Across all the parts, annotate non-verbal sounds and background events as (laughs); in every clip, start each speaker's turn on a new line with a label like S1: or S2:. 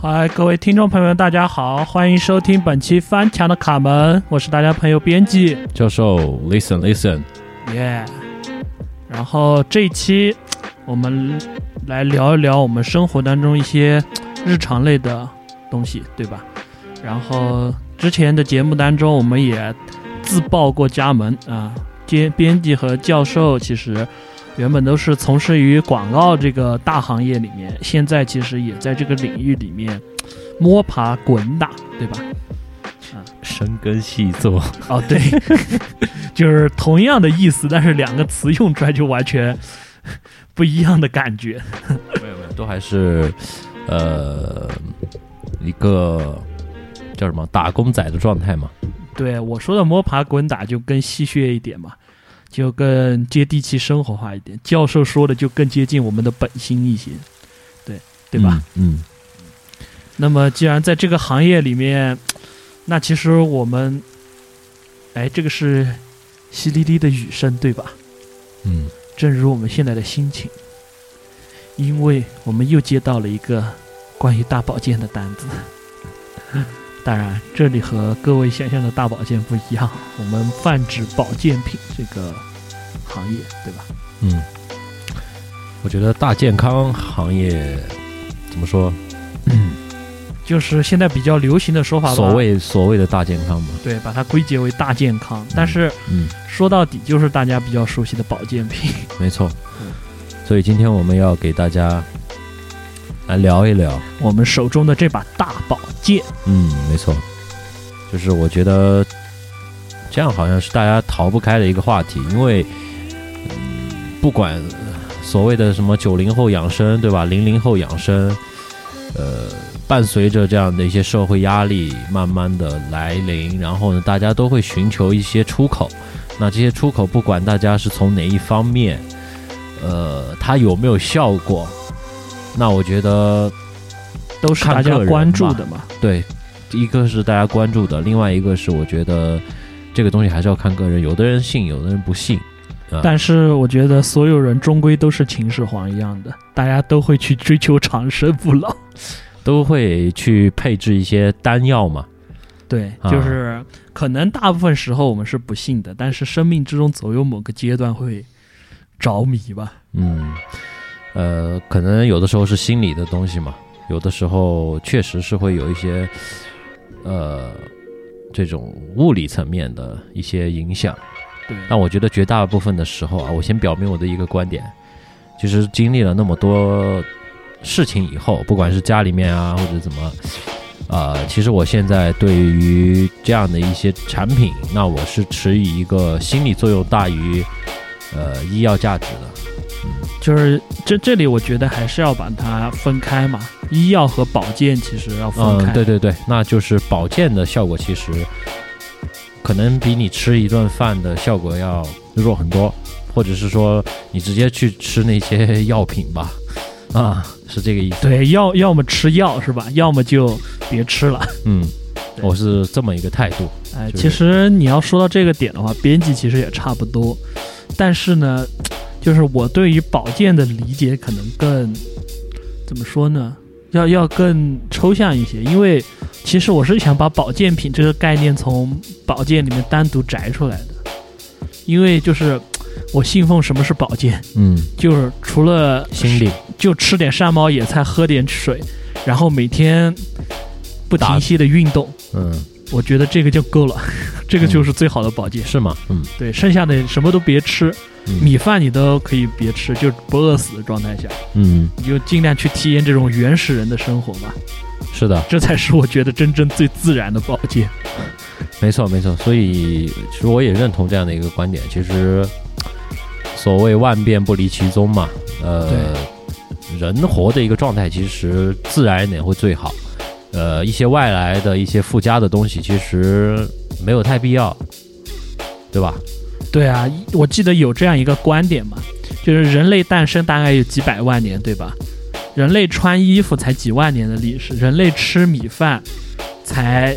S1: 嗨，哎各位听众朋友们，大家好，欢迎收听本期《翻墙的卡门》，我是大家朋友编辑，
S2: 教授，listen listen，
S1: 耶、然后这一期我们来聊一聊我们生活当中一些日常类的东西，对吧？然后之前的节目当中，我们也自报过家门啊，编编辑和教授其实原本都是从事于广告这个大行业里面，现在其实也在这个领域里面摸爬滚打，对吧？
S2: 深耕细作，
S1: 哦，对， (laughs) 就是同样的意思，但是两个词用出来就完全不一样的感觉。
S2: 没有没有，都还是呃一个叫什么打工仔的状态嘛。
S1: 对我说的摸爬滚打就更戏谑一点嘛，就更接地气、生活化一点。教授说的就更接近我们的本心一些，对对吧？
S2: 嗯？嗯，
S1: 那么既然在这个行业里面，那其实我们，哎，这个是淅沥沥的雨声，对吧？
S2: 嗯，
S1: 正如我们现在的心情，因为我们又接到了一个关于大保健的单子。 (laughs) 当然，这里和各位想象的大保健不一样，我们泛指保健品这个行业，对吧？
S2: 嗯，我觉得大健康行业怎么说？
S1: 就是现在比较流行的说法吧，
S2: 所谓所谓的大健康嘛。
S1: 对，把它归结为大健康。但是
S2: 嗯，
S1: 说到底，就是大家比较熟悉的保健品。 (laughs)
S2: 没错
S1: 嗯。
S2: 所以今天我们要给大家来聊一聊。
S1: 我们手中的这把大宝剑，
S2: 嗯，没错，就是我觉得这样好像是大家逃不开的一个话题，因为、嗯不管所谓的什么九零后养生，对吧？零零后养生，呃，伴随着这样的一些社会压力慢慢的来临，然后呢，大家都会寻求一些出口。那这些出口，不管大家是从哪一方面，呃，它有没有效果，那我觉得
S1: 都是
S2: 看
S1: 大家
S2: 个人
S1: 关注
S2: 吧
S1: 的嘛。
S2: 对，一个是大家关注的，另外一个是我觉得这个东西还是要看个人，有的人信，有的人不信。啊
S1: 但是我觉得所有人终归都是秦始皇一样的，大家都会去追求长生不
S2: (laughs)
S1: 老。
S2: 都会去配置一些丹药嘛。
S1: 对，
S2: 啊
S1: 就是可能大部分时候我们是不信的，但是生命之中总有某个阶段会着迷吧。
S2: 嗯，呃，可能有的时候是心理的东西嘛，有的时候确实是会有一些呃这种物理层面的一些影响。
S1: 对，
S2: 但我觉得绝大部分的时候啊，我先表明我的一个观点，就是经历了那么多事情以后，不管是家里面啊或者怎么，呃，其实我现在对于这样的一些产品，那我是持以一个心理作用大于呃医药价值的。
S1: 就是这这里我觉得还是要把它分开嘛，医药和保健其实要分开。
S2: 嗯，对对对，那就是保健的效果其实可能比你吃一顿饭的效果要弱很多，或者是说你直接去吃那些药品吧， (laughs) 啊，是这个意思。
S1: 对，要要么吃药是吧？要么就别吃了。
S2: 嗯，
S1: 对
S2: 我是这么一个态度。
S1: 哎，
S2: 就是
S1: 其实你要说到这个点的话，编辑其实也差不多，但是呢，就是我对于保健的理解可能更怎么说呢？要要更抽象一些，因为其实我是想把保健品这个概念从保健里面单独摘出来的，因为就是我信奉什么是保健，
S2: 嗯，
S1: 就是除了
S2: 心理
S1: 就吃点山猫野菜，喝点水，然后每天不停歇的运动，
S2: 嗯，
S1: 我觉得这个就够了， (laughs) 这个就是最好的保健。
S2: 是吗？嗯，
S1: 对，剩下的什么都别吃，
S2: 嗯
S1: 米饭你都可以别吃，就不饿死的状态下，
S2: 嗯，
S1: 你就尽量去体验这种原始人的生活吧，
S2: 是的，
S1: 这才是我觉得真正最自然的保健。
S2: 没错没错。所以其实我也认同这样的一个观点。其实呃所谓万变不离其宗嘛，呃，人活的一个状态其实自然一点会最好。呃，一些外来的一些附加的东西其实没有太必要，对吧？
S1: 对啊，我记得有这样一个观点嘛，就是人类诞生大概有几百万年，对吧？人类穿衣服才几万年的历史，人类吃米饭才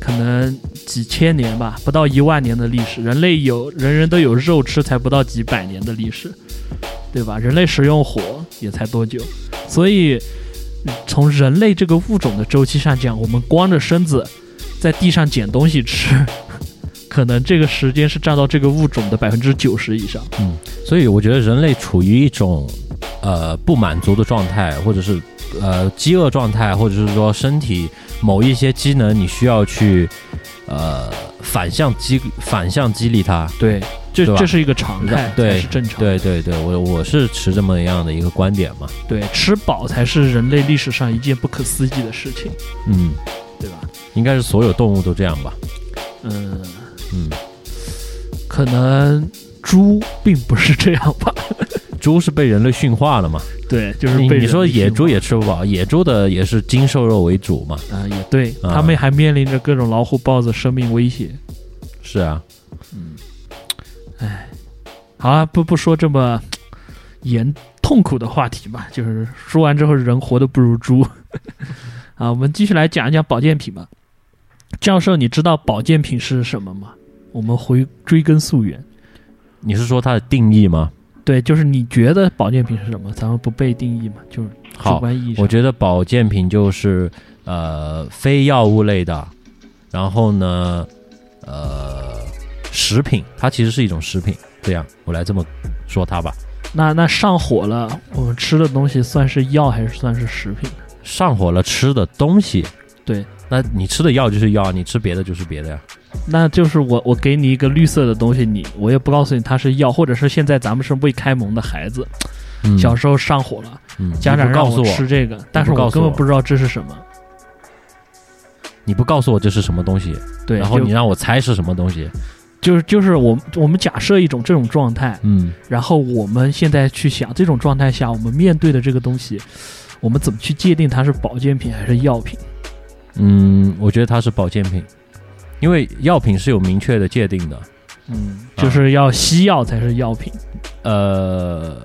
S1: 可能几千年吧，不到一万年的历史。人类有人人都有肉吃，才不到几百年的历史，对吧？人类使用火也才多久，所以从人类这个物种的周期上讲，我们光着身子在地上捡东西吃，可能这个时间是占到这个物种的百分之九十以上。
S2: 所以我觉得人类处于一种呃不满足的状态，或者是呃饥饿状态，或者是说身体某一些机能你需要去呃反向激反向激励它。
S1: 对，这
S2: 对吧
S1: 这是一个常态，
S2: 对
S1: 才是正常。
S2: 对对对，我我是持这么样的一个观点嘛。
S1: 对，吃饱才是人类历史上一件不可思议的事情，
S2: 嗯，
S1: 对吧？
S2: 应该是所有动物都这样吧。
S1: 嗯，
S2: 嗯，
S1: 可能猪并不是这样吧？
S2: 猪是被人类驯化了嘛？
S1: 对，就是
S2: 你
S1: 被
S2: 你说
S1: 人类
S2: 野
S1: 驯
S2: 猪
S1: 化
S2: 也吃不饱，野猪的也是精瘦肉为主嘛。
S1: 啊、也对，
S2: 啊
S1: 他们还面临着各种老虎、豹子生命威胁。
S2: 是啊，
S1: 好啊，不不说这么严痛苦的话题吧，就是说完之后人活的不如猪 (laughs) 啊。我们继续来讲一讲保健品吧。教授，你知道保健品是什么吗？我们回追根溯源，
S2: 你是说它的定义吗？
S1: 对，就是你觉得保健品是什么？咱们不被定义嘛，就是主
S2: 好，
S1: 观意义上。
S2: 我觉得保健品就是呃非药物类的，然后呢，呃，食品，它其实是一种食品。这样，我来这么说它吧。
S1: 那那上火了，我们吃的东西算是药还是算是食品？
S2: 上火了吃的东西，
S1: 对，
S2: 那你吃的药就是药，你吃别的就是别的呀。
S1: 那就是我我给你一个绿色的东西，你我也不告诉你它是药，或者是现在咱们是未开蒙的孩子，
S2: 嗯
S1: 小时候上火了，
S2: 嗯
S1: 家
S2: 你
S1: 长
S2: 不
S1: 让
S2: 告诉
S1: 吃
S2: 我，
S1: 这个，但是
S2: 告
S1: 我
S2: 诉
S1: 根本
S2: 我
S1: 不知道这是什么。
S2: 你不告诉我这是什么东西，
S1: 对，
S2: 然后
S1: 就
S2: 你让我猜是什么东西。
S1: 就是就是我们我们假设一种这种状态，
S2: 嗯，
S1: 然后我们现在去想这种状态下我们面对的这个东西，我们怎么去界定它是保健品还是药品？
S2: 嗯，我觉得它是保健品，因为药品是有明确的界定的。
S1: 嗯，就是要西药才是药品。
S2: 呃，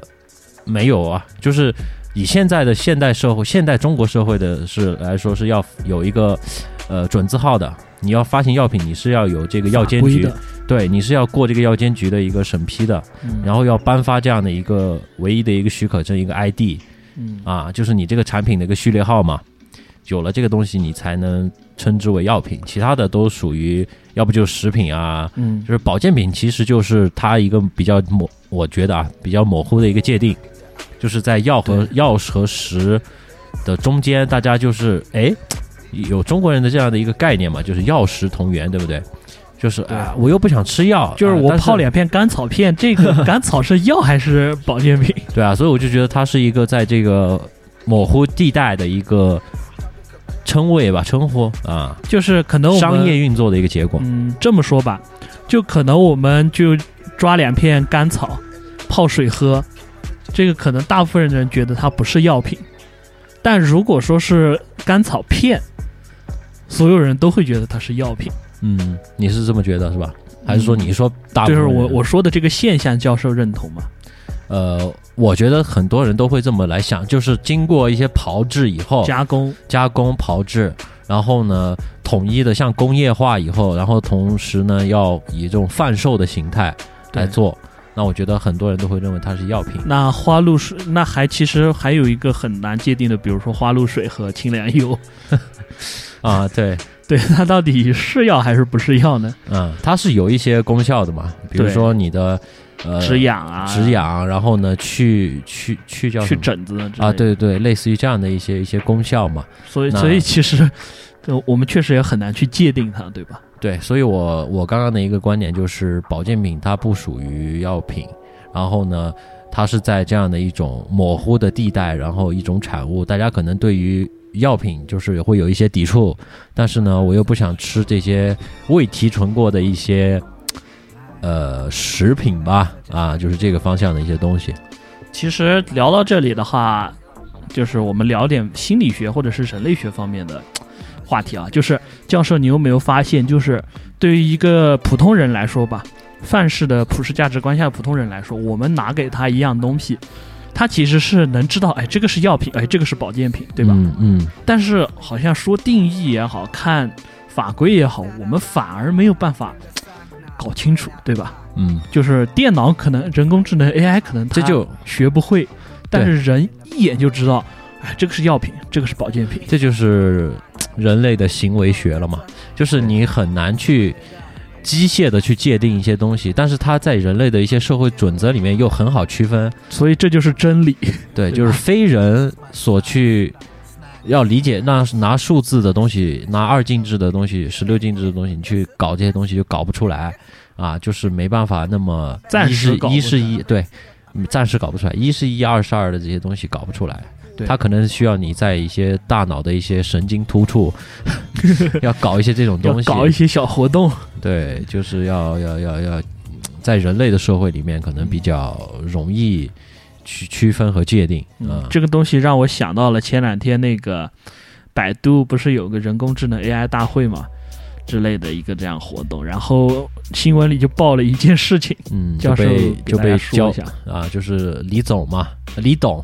S2: 没有啊，就是以现在的现代社会、现代中国社会的是来说，是要有一个呃准字号的。你要发行药品，你是要有这个药监
S1: 法规
S2: 局
S1: 的，，
S2: 对，你是要过这个药监局的一个审批的，
S1: 嗯、
S2: 然后要颁发这样的一个唯一的一个许可证，一个 ID
S1: 嗯
S2: 啊，就是你这个产品的一个序列号嘛。有了这个东西，你才能称之为药品，其他的都属于要不就是食品啊，
S1: 嗯
S2: 就是保健品其实就是它一个比较模，我觉得啊比较模糊的一个界定，就是在药和药和食的中间，大家就是哎，有中国人的这样的一个概念嘛，就是药食同源，对不对？就是
S1: 对
S2: 啊，我又不想吃药，
S1: 就是
S2: 啊
S1: 我
S2: 但
S1: 泡两片甘草片，这个 (laughs) 甘草是药还是保健品？ (laughs)
S2: 对啊，所以我就觉得它是一个在这个模糊地带的一个称谓吧，称呼啊，
S1: 就是可能我们
S2: 商业运作的一个结果。
S1: 嗯，这么说吧，就可能我们就抓两片甘草泡水喝，这个可能大部分人觉得它不是药品，但如果说是甘草片，所有人都会觉得它是药品。
S2: 嗯，你是这么觉得是吧？还是说你说大
S1: 嗯
S2: 部
S1: 就
S2: 分
S1: 是
S2: 人？
S1: 我我说的这个现象，教授认同吗？
S2: 呃，我觉得很多人都会这么来想，就是经过一些炮制以后，
S1: 加工，
S2: 加工炮制，然后呢，统一的向工业化以后，然后同时呢，要以这种贩售的形态来
S1: 对
S2: 做。那我觉得很多人都会认为它是药品。
S1: 那花露水，那还其实还有一个很难界定的，比如说花露水和清凉油，
S2: 啊，对，
S1: 对它到底是药还是不是药呢？
S2: 嗯，它是有一些功效的嘛，比如
S1: 对
S2: 说你的呃
S1: 止、痒啊，
S2: 止痒，然后呢去去去叫
S1: 去
S2: 什么
S1: 疹子之类
S2: 啊，
S1: 的，
S2: 对对，类似于这样的一些一些功效嘛。
S1: 所以
S2: 那
S1: 所以其实，呃，我们确实也很难去界定它，对吧？
S2: 对，所以我我刚刚的一个观点就是，保健品它不属于药品，然后呢，它是在这样的一种模糊的地带，然后一种产物，大家可能对于药品就是会有一些抵触，但是呢，我又不想吃这些未提纯过的一些。呃，食品吧，啊，就是这个方向的一些东西。
S1: 其实聊到这里的话，就是我们聊点心理学或者是人类学方面的话题啊。就是教授，你有没有发现，就是对于一个普通人来说吧，范式的普世价值观下的普通人来说，我们拿给他一样东西，他其实是能知道，哎，这个是药品，哎，这个是保健品，对吧？
S2: 嗯嗯，
S1: 但是好像说定义也好看法规也好，我们反而没有办法搞清楚，对吧？
S2: 嗯，
S1: 就是电脑可能人工智能 AI 可能它
S2: 这就
S1: 学不会，但是人一眼就知道，哎，这个是药品，这个是保健品。
S2: 这就是人类的行为学了嘛，就是你很难去机械的去界定一些东西，但是它在人类的一些社会准则里面又很好区分。
S1: 所以这就是真理。对
S2: 对，
S1: 吧
S2: 就是非人所去要理解，那拿数字的东西，拿二进制的东西，十六进制的东西，你去搞这些东西就搞不出来啊，就是没办法那么
S1: 暂
S2: 一
S1: 时
S2: 是
S1: 搞不
S2: 一是
S1: 出来
S2: 一，对，嗯暂时搞不出来，一是一，二是二的这些东西搞不出来。
S1: 对
S2: 它可能需要你在一些大脑的一些神经突触， (laughs) 要搞一些这种
S1: (laughs) 要
S2: 东西，
S1: 搞一些小活动，
S2: 对，就是要要要要，嗯在人类的社会里面可能比较容易区区分和界定啊。
S1: 这个东西让我想到了前两天那个百度不是有个人工智能 AI 大会嘛之类的一个这样活动，然后新闻里就报了一件事情，
S2: 嗯，就
S1: 教授
S2: 被
S1: 给
S2: 就
S1: 大家
S2: 被
S1: 说
S2: 教
S1: 一下，
S2: 啊，就是李总嘛，李董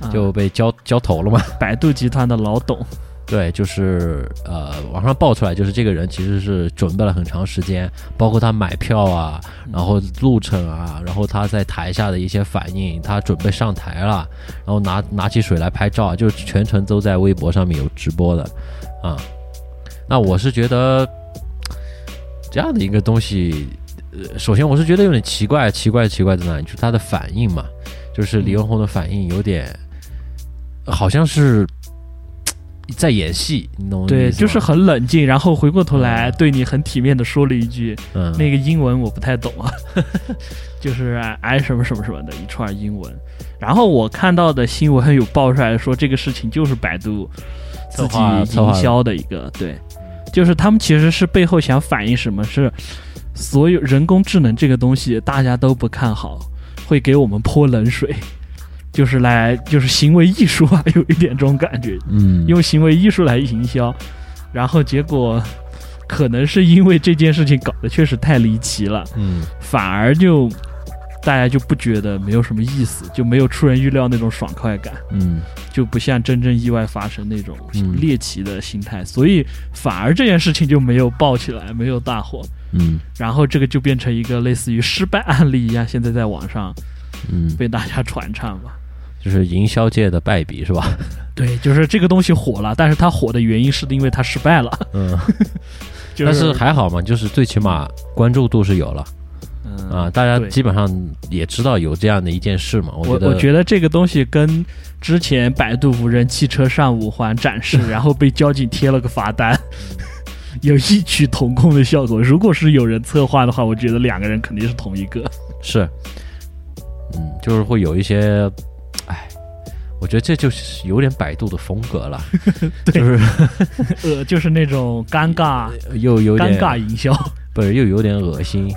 S1: 啊
S2: 就被教教头了嘛。
S1: 百度集团的老董，
S2: 对，就是呃，网上爆出来，就是这个人其实是准备了很长时间，包括他买票啊，然后路程啊，然后他在台下的一些反应，他准备上台了，然后拿拿起水来拍照啊，就是全程都在微博上面有直播的啊。那我是觉得这样的一个东西，呃，首先我是觉得有点奇怪，奇怪奇怪在哪里？就是他的反应嘛，就是李
S1: 嗯
S2: 荣宏的反应有点，好像是在演戏，你懂我的
S1: 对，
S2: 意思
S1: 就是
S2: 吗
S1: 很冷静，然后回过头来
S2: 嗯
S1: 对你很体面的说了一句，
S2: 嗯
S1: 那个英文我不太懂啊， (laughs) 就是哎什么什么什么的一串英文。然后我看到的新闻有爆出来说，这个事情就是百度自
S2: 策
S1: 己
S2: 划策划
S1: 营销的一个，对，就是他们其实是背后想反映什么是所有人工智能这个东西大家都不看好，会给我们泼冷水，就是来就是行为艺术啊，有一点这种感觉，
S2: 嗯，
S1: 用行为艺术来营销，然后结果可能是因为这件事情搞得确实太离奇了，
S2: 嗯
S1: 反而就大家就不觉得没有什么意思，就没有出人预料那种爽快感，
S2: 嗯
S1: 就不像真正意外发生那种
S2: 嗯
S1: 猎奇的心态，所以反而这件事情就没有爆起来，没有大火，
S2: 嗯
S1: 然后这个就变成一个类似于失败案例一样，现在在网上
S2: 嗯，
S1: 被大家传唱吧。
S2: 就是营销界的败笔是吧？
S1: 对，就是这个东西火了，但是它火的原因是因为它失败了。 (laughs)
S2: 嗯，
S1: 就
S2: 但是还好嘛，就是最起码关注度是有了
S1: 嗯
S2: 啊，大家
S1: 对
S2: 基本上也知道有这样的一件事嘛。
S1: 我
S2: 觉得，
S1: 觉得这个东西跟之前百度无人汽车上五环展
S2: (laughs)
S1: 示，然后被交警贴了个罚单，有异曲同工的效果。如果是有人策划的话，我觉得两个人肯定是同一个。 (laughs)
S2: 是，嗯，就是会有一些，哎，我觉得这就是有点百度的风格
S1: (laughs)
S2: 了，就是
S1: 呃，就是那种尴尬、
S2: 又有
S1: 尴
S2: 点
S1: 尬营销。
S2: 不是又有点恶心，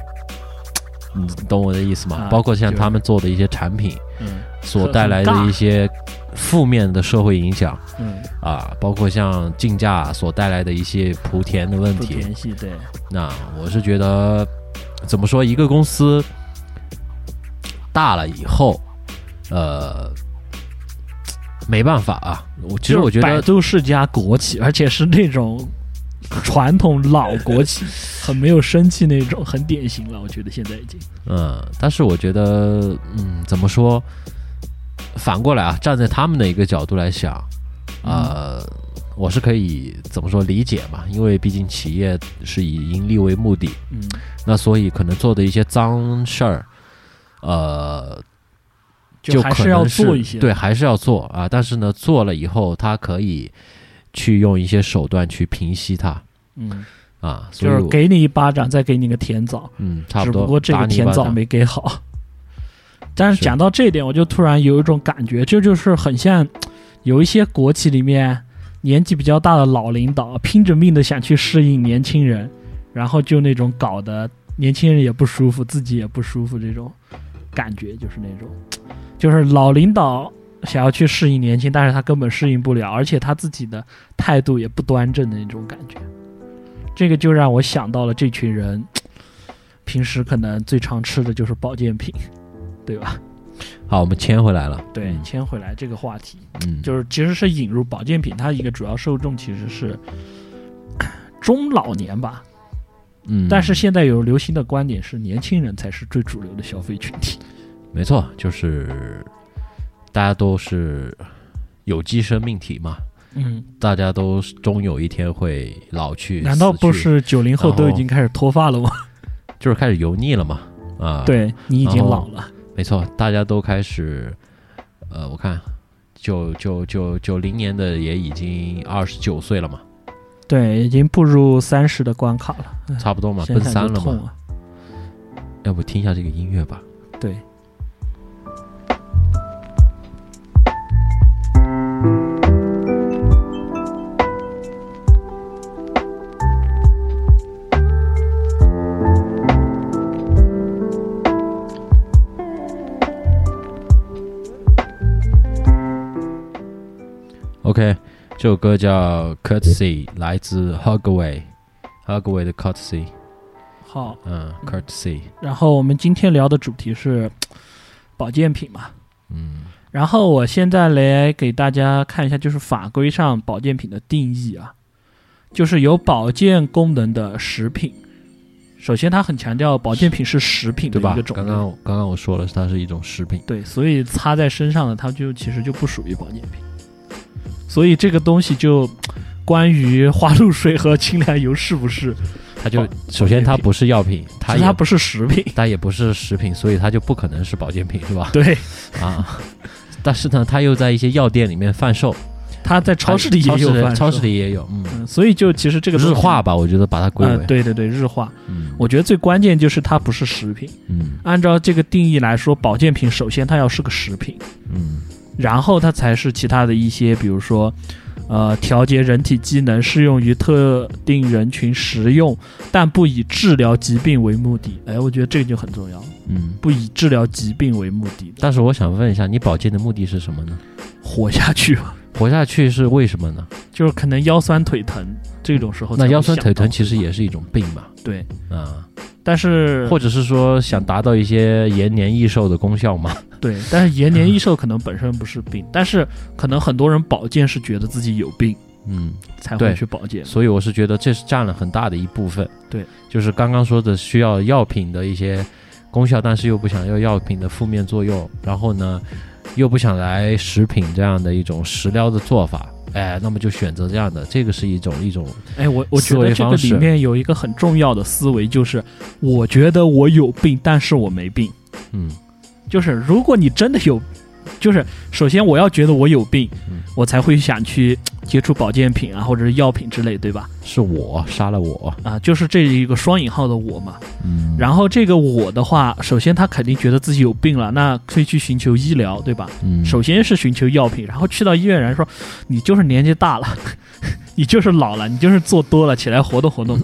S2: 你懂我的意思吗？
S1: 啊
S2: 包括像
S1: 就是
S2: 他们做的一些产品
S1: 嗯
S2: 所
S1: 很
S2: 带来的
S1: 很尬
S2: 一些负面的社会影响。
S1: 嗯，
S2: 啊，包括像竞价所带来的一些莆田的问
S1: 不
S2: 题。
S1: 联系对，
S2: 那我是觉得，怎么说，一个公司大了以后，呃，没办法啊。我其实我觉
S1: 就是百
S2: 得，
S1: 度是家国企，而且是那种。传统老国企很没有生气那种，很典型了。我觉得现在已经，
S2: 嗯，但是我觉得，嗯，怎么说？反过来啊，站在他们的一个角度来想，呃，我是可以怎么说理解嘛？因为毕竟企业是以盈利为目的，
S1: 嗯
S2: 那所以可能做的一些脏事儿，呃，
S1: 就还
S2: 可能是
S1: 要做一些，
S2: 对，还是要做啊。但是呢，做了以后，他可以去用一些手段去平息它
S1: 嗯，
S2: 啊。所
S1: 就
S2: 以
S1: 是
S2: 我，
S1: 给你一巴掌，再给你个甜枣，
S2: 嗯，差
S1: 只
S2: 不多。
S1: 不过这
S2: 打
S1: 个
S2: 你一
S1: 甜
S2: 巴
S1: 枣
S2: 掌
S1: 没给
S2: (laughs)
S1: 好。但是
S2: 是
S1: 讲到这一点，我就突然有一种感觉，这就是很像有一些国企里面年纪比较大的老领导，拼着命的想去适应年轻人，然后就那种搞得年轻人也不舒服，自己也不舒服，这种感觉就是那种，就是老领导想要去适应年轻，但是他根本适应不了，而且他自己的态度也不端正的那种感觉。这个就让我想到了这群人，平时可能最常吃的就是保健
S2: (laughs)
S1: 品，对吧？
S2: 好，我们牵回来了。
S1: 对，
S2: 嗯
S1: 牵回来这个话题，
S2: 嗯，
S1: 就是其实是引入保健品，它一个主要受众其实
S2: (coughs)
S1: 是中老年吧，
S2: 嗯，
S1: 但是现在有流行的观点是年轻人才是最主流的消费群体。
S2: 没错，就是大家都是有机生命体嘛，
S1: 嗯，
S2: 大家都是终有一天会老
S1: (laughs)
S2: 去。
S1: 难道
S2: 死
S1: 不
S2: 去
S1: 是九零后
S2: 然
S1: 都已
S2: 后
S1: 经开始脱发了吗？
S2: 嗯就是开始油腻了嘛？
S1: (laughs)
S2: 啊，，
S1: 对你已经
S2: 然后
S1: 老了，
S2: 没错，大家都开始，呃，我看九九九九零年的也已经二十九岁了嘛，
S1: 对，已经步入三十的关卡了，
S2: 差不多嘛，
S1: 身
S2: 奔
S1: 上
S2: 三
S1: 哎就
S2: 了
S1: 痛
S2: 嘛。
S1: 啊。
S2: 要不听一下这个音乐吧？
S1: 对，
S2: OK，这首歌叫《Courtesy》，来自 Hogway，Hogway 的《Courtesy》，
S1: 好，
S2: 嗯，《Courtesy》，
S1: 然后我们今天聊的主题是保健品嘛，
S2: 嗯，
S1: 然后我现在来给大家看一下，就是法规上保健品的定义啊，就是有保健功能的食品。首先，它很强调保健品是食品的
S2: 对
S1: 一
S2: 吧
S1: 个？种类，
S2: 刚刚刚刚我说了，它是一种食品，
S1: 对，所以擦在身上的它就其实就不属于保健品。所以这个东西就嗯关于花露水和清凉油是不是，
S2: 它就
S1: 保
S2: 首先它
S1: 哦保健品
S2: 不是药品，它
S1: 其实
S2: 也
S1: 它不是食品。 (laughs)
S2: 它也不是食品，所以它就不可能是保健品，是吧？
S1: 对，
S2: 啊，但是呢，它又在一些药店里面贩售，
S1: 它在超市里也
S2: 超
S1: 有
S2: 市
S1: 贩售
S2: 超市，里也有，嗯，
S1: 嗯，所以就其实这个东
S2: 日
S1: 西
S2: 化，吧，我觉得把它归
S1: 嗯、
S2: 为，
S1: 对对对，日化。
S2: 嗯，
S1: 我觉得最关键就是它不是食品。
S2: 嗯
S1: 按照这个定义来说，保健品首先它要是个食品，
S2: 嗯
S1: 然后它才是其他的一些，比如说，呃，调节人体机能、适用于特定人群食用，但不以治疗疾病为目的。哎，我觉得这个就很重要，
S2: 嗯。
S1: 不以治疗疾病为目的，
S2: 但是我想问一下，你保健的目的是什么呢？
S1: 活下去吧。
S2: 活下去是为什么呢？
S1: 就是可能腰酸腿疼这种时候才
S2: 那
S1: 会想到，
S2: 腰酸腿疼其实也是一种病嘛，
S1: 对，嗯
S2: 啊，
S1: 但是
S2: 或者是说想达到一些延年益寿的功效嘛？
S1: 对，但是延年益寿可能本身不是病，但是可能很多人保健是觉得自己有病
S2: 嗯，
S1: 才
S2: 对
S1: 会去保健。
S2: 所以我是觉得这是占了很大的一部分。
S1: 对，
S2: 就是刚刚说的需要药品的一些功效，但是又不想要药品的负面作用，然后呢，又不想来食品这样的一种食疗的做法，哎，那么就选择这样的，这个是一种一种
S1: 哎，我我觉
S2: 思
S1: 得
S2: 维
S1: 这个
S2: 方式
S1: 里面有一个很重要的思维，就是我觉得我有病，但是我没病。
S2: 嗯
S1: 就是如果你真的有，就是首先我要觉得我有病，
S2: 嗯
S1: 我才会想去接触保健品啊，或者是药品之类，对吧？
S2: 是我杀了我，
S1: 啊，就是这一个双引号的我嘛。
S2: 嗯
S1: 然
S2: 后
S1: 后这个我的话，首先他肯定觉得自己有病了，那可以去寻求医疗，对吧？
S2: 嗯
S1: 首先是寻求药品，然后去到医院，人说你就是年纪大了， (laughs) 你就是老了，你就是做多了，起来活动活
S2: (laughs)
S1: 动。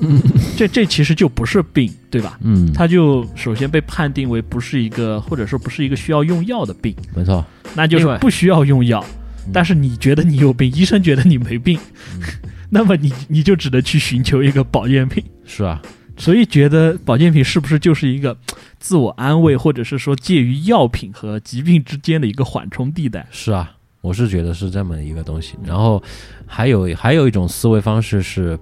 S1: 这这其实就不是病，对吧？
S2: 嗯，
S1: 它就首先被判定为不是一个，或者说不是一个需要用药的病，
S2: 没错，
S1: 那就
S2: 另
S1: 是
S2: 外
S1: 不需要用药
S2: 嗯。
S1: 但是你觉得你有病，医生觉得你没病
S2: 嗯，
S1: (laughs) 那么你你就只能去寻求一个保健品。
S2: 是啊，
S1: 所以觉得保健品是不是就是一个自我安慰，或者是说介于药品和疾病之间的一个缓冲地带？
S2: 是啊，我是觉得是这么一个东西。然后还有还有一种思维方式是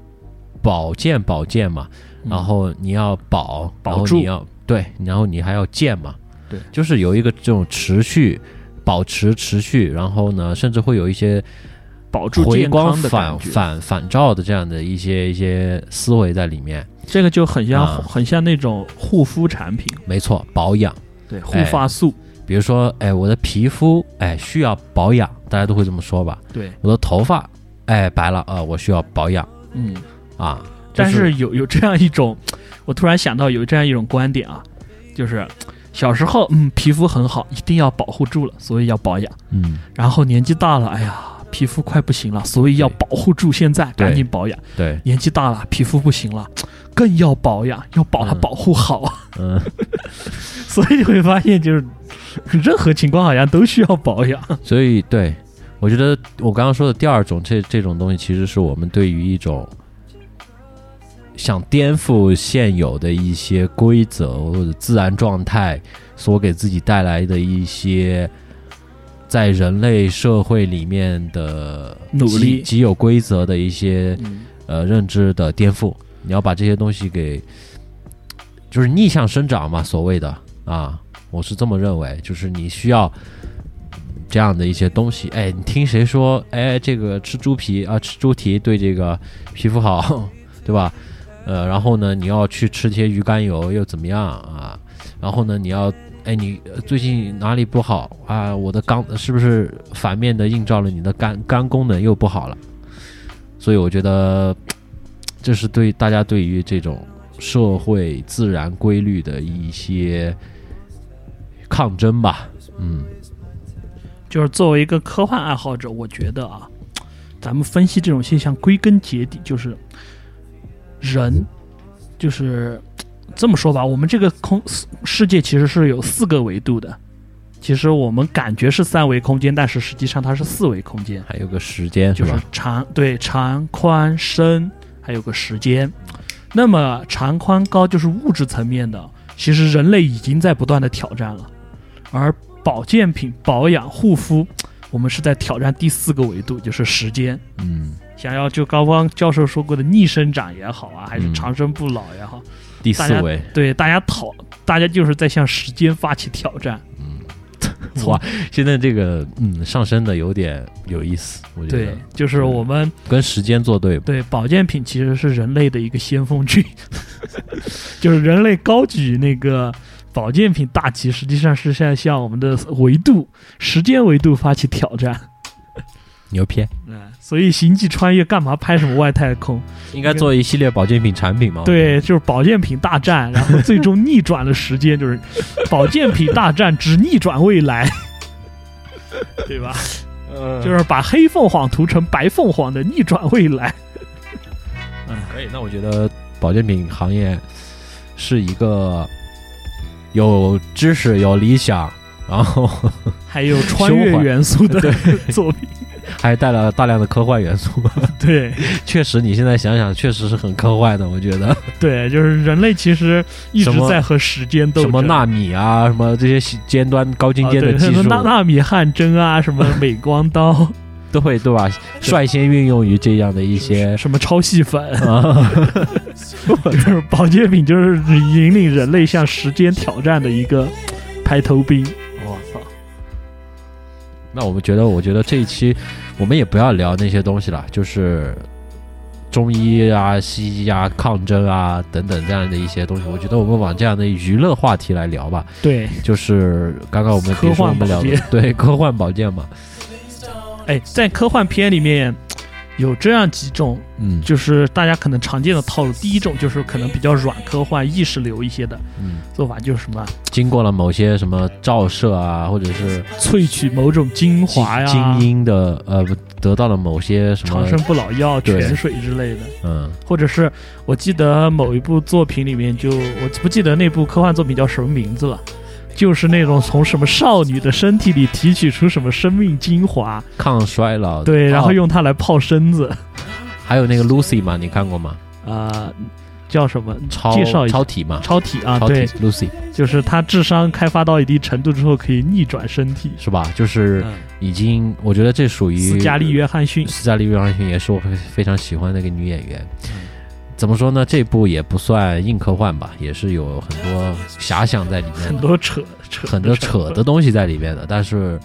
S2: 保健保健嘛，然后你要保
S1: 保
S2: 然后
S1: 嗯住
S2: 你要对，然后你还要健嘛，
S1: 对，
S2: 就是有一个这种持续。保持持续，然后呢，甚至会有一些
S1: 保住
S2: 回
S1: 健
S2: 光
S1: 康的
S2: 返
S1: 感觉，
S2: 返返照的这样的一些一些思维在里面。
S1: 这个就很像、
S2: 啊
S1: 很像那种护肤产品，
S2: 没错，保养，
S1: 对护
S2: 哎
S1: 发素，
S2: 比如说，哎，我的皮肤，哎，需要保养，大家都会这么说吧。
S1: 对，
S2: 我的头发，哎，白了啊、我需要保养
S1: 嗯。
S2: 啊。就
S1: 但是有有这样一种，我突然想到有这样一种观点啊，就是小时候嗯皮肤很好，一定要保护住了，所以要保养。
S2: 嗯，
S1: 然后年纪大了，哎呀，皮肤快不行了，所以要保护住现在，
S2: 对
S1: 赶紧保养。
S2: 对，
S1: 年纪大了，皮肤不行了，更要保养，要把它
S2: 嗯
S1: 保护好啊。 (laughs)
S2: 嗯，
S1: 所以你会发现，就是任何情况好像都需要保养。
S2: 所以对，我觉得我刚刚说的第二种这这种东西，其实是我们对于一种想颠覆现有的一些规则或者自然状态所给自己带来的一些。在人类社会里面的
S1: 努
S2: 既
S1: 力
S2: 既有规则的一些呃认知的颠覆，你要把这些东西给就是逆向生长嘛，所谓的啊，我是这么认为，就是你需要这样的一些东西。哎，你听谁说？哎，这个吃猪皮啊，吃猪蹄对这个皮肤好， (laughs) 对吧？呃，然后呢，你要去吃些鱼肝油又怎么样啊？然后呢，你要哎，你呃最近哪里不好啊？我的肝是不是反面的映照了你的肝肝功能又不好了？所以我觉得这是对大家对于这种社会自然规律的一些抗争吧。嗯，
S1: 就是作为一个科幻爱好者，我觉得啊，咱们分析这种现象，归根结底就是人，就是这么说吧，我们这个空世界其实是有四个维度的。其实我们感觉是三维空间，但是实际上它是四维空间，
S2: 还有个时间
S1: 就是是
S2: 吧？
S1: 长对长宽深，还有个时间。那么长宽高就是物质层面的，其实人类已经在不断的挑战了。而保健品、保养、护肤，我们是在挑战第四个维度，就是时间。
S2: 嗯，
S1: 想要就刚刚教授说过的逆生长也好啊，还是
S2: 嗯
S1: 长生不老也好，
S2: 第
S1: 大
S2: 四
S1: 家
S2: 维，
S1: 对大家讨，大家就是在向时间发起挑战。从
S2: 哇，现在这个嗯上升的有点有意思，我觉
S1: 对
S2: 得，
S1: 就是我们
S2: 跟时间作对吧。
S1: 对保健品其实是人类的一个先锋军， (laughs) 就是人类高举那个保健品大旗，实际上是在向我们的维度、时间维度发起挑战。
S2: 牛批，
S1: 嗯，所以《星际穿越》干嘛拍什么外太空？
S2: 应该做一系列保健品产品嘛？
S1: 对，就是保健品大战，然后最终逆转了时间，就是保健品大战只逆转未来，对吧？
S2: 嗯，
S1: 就是把黑凤凰涂成白凤凰的逆转未来。
S2: 嗯可以。那我觉得保健品行业是一个有知识、有理想，然后 (laughs)
S1: 还有穿越
S2: 胸怀
S1: 元素的作品，
S2: 还带了大量的科幻元素。
S1: 对
S2: 确实，你现在想想，确实是很科幻的。我觉 (laughs) 得
S1: 对，就是人类其实一直
S2: 什么
S1: 在和时间斗争。
S2: 什么纳米啊，什么这些尖端、高精
S1: 啊
S2: 尖的
S1: 对
S2: 技
S1: 什
S2: (laughs) 术
S1: 么，纳纳米汗蒸啊，
S2: (laughs)
S1: 什么美光刀，
S2: 都会 (laughs) 对吧？率先运用于这样的一 (laughs) 些
S1: 什么超细粉， (laughs)
S2: 啊，
S1: 就是保健品，就是引领人类向时间挑战的一个排头兵。我操！
S2: 那我们觉得，我觉得这一期我们也不要聊那些东西了，就是中医啊、西医啊、抗争啊等等这样的一些东西。我觉得我们往这样的娱乐话题来聊吧，
S1: 对，
S2: 就是刚刚我们比如
S1: 科
S2: 说我
S1: 幻
S2: 们聊
S1: 保
S2: 的
S1: 健
S2: (laughs) 对科幻保健嘛，
S1: 哎，在科幻片里面有这样几种，
S2: 嗯
S1: 就是大家可能常见的套路。第一种就是可能比较软科幻、意识流一些的
S2: 嗯，
S1: 做法，就是什么
S2: 经过了某些什么照射啊，或者是
S1: 萃取某种精华呀、
S2: 精英的呃，不得到了某些什
S1: 长
S2: 么
S1: 生不老药、
S2: 对
S1: 泉水之类的，
S2: 嗯
S1: 或者是我记得某一部作品里面就，我不记得那部科幻作品叫什么名字了。就是那种从什么少女的身体里提取出什么生命精华，
S2: 抗衰老
S1: 对，然后
S2: 哦
S1: 用它来泡身子，
S2: 还有那个 Lucy 嘛，你看过吗？
S1: 啊，叫什么？
S2: 超
S1: 介绍一下
S2: 超体嘛，
S1: 超体啊，
S2: 超体
S1: 对，
S2: Lucy
S1: 就是他智商开发到一定程度之后，可以逆转身体。
S2: 是吧？就是。
S1: 嗯，
S2: 已经，我觉得这属于
S1: 斯嘉丽·约翰逊，
S2: 斯嘉丽约翰逊也是我非非常喜欢的一个女演员。怎么说呢？这部也不算硬科幻吧，也是有很多遐想在里面
S1: 很
S2: 的，
S1: 多扯
S2: (laughs)
S1: 扯的
S2: 很多
S1: 成分
S2: 扯的东西在里面的。但是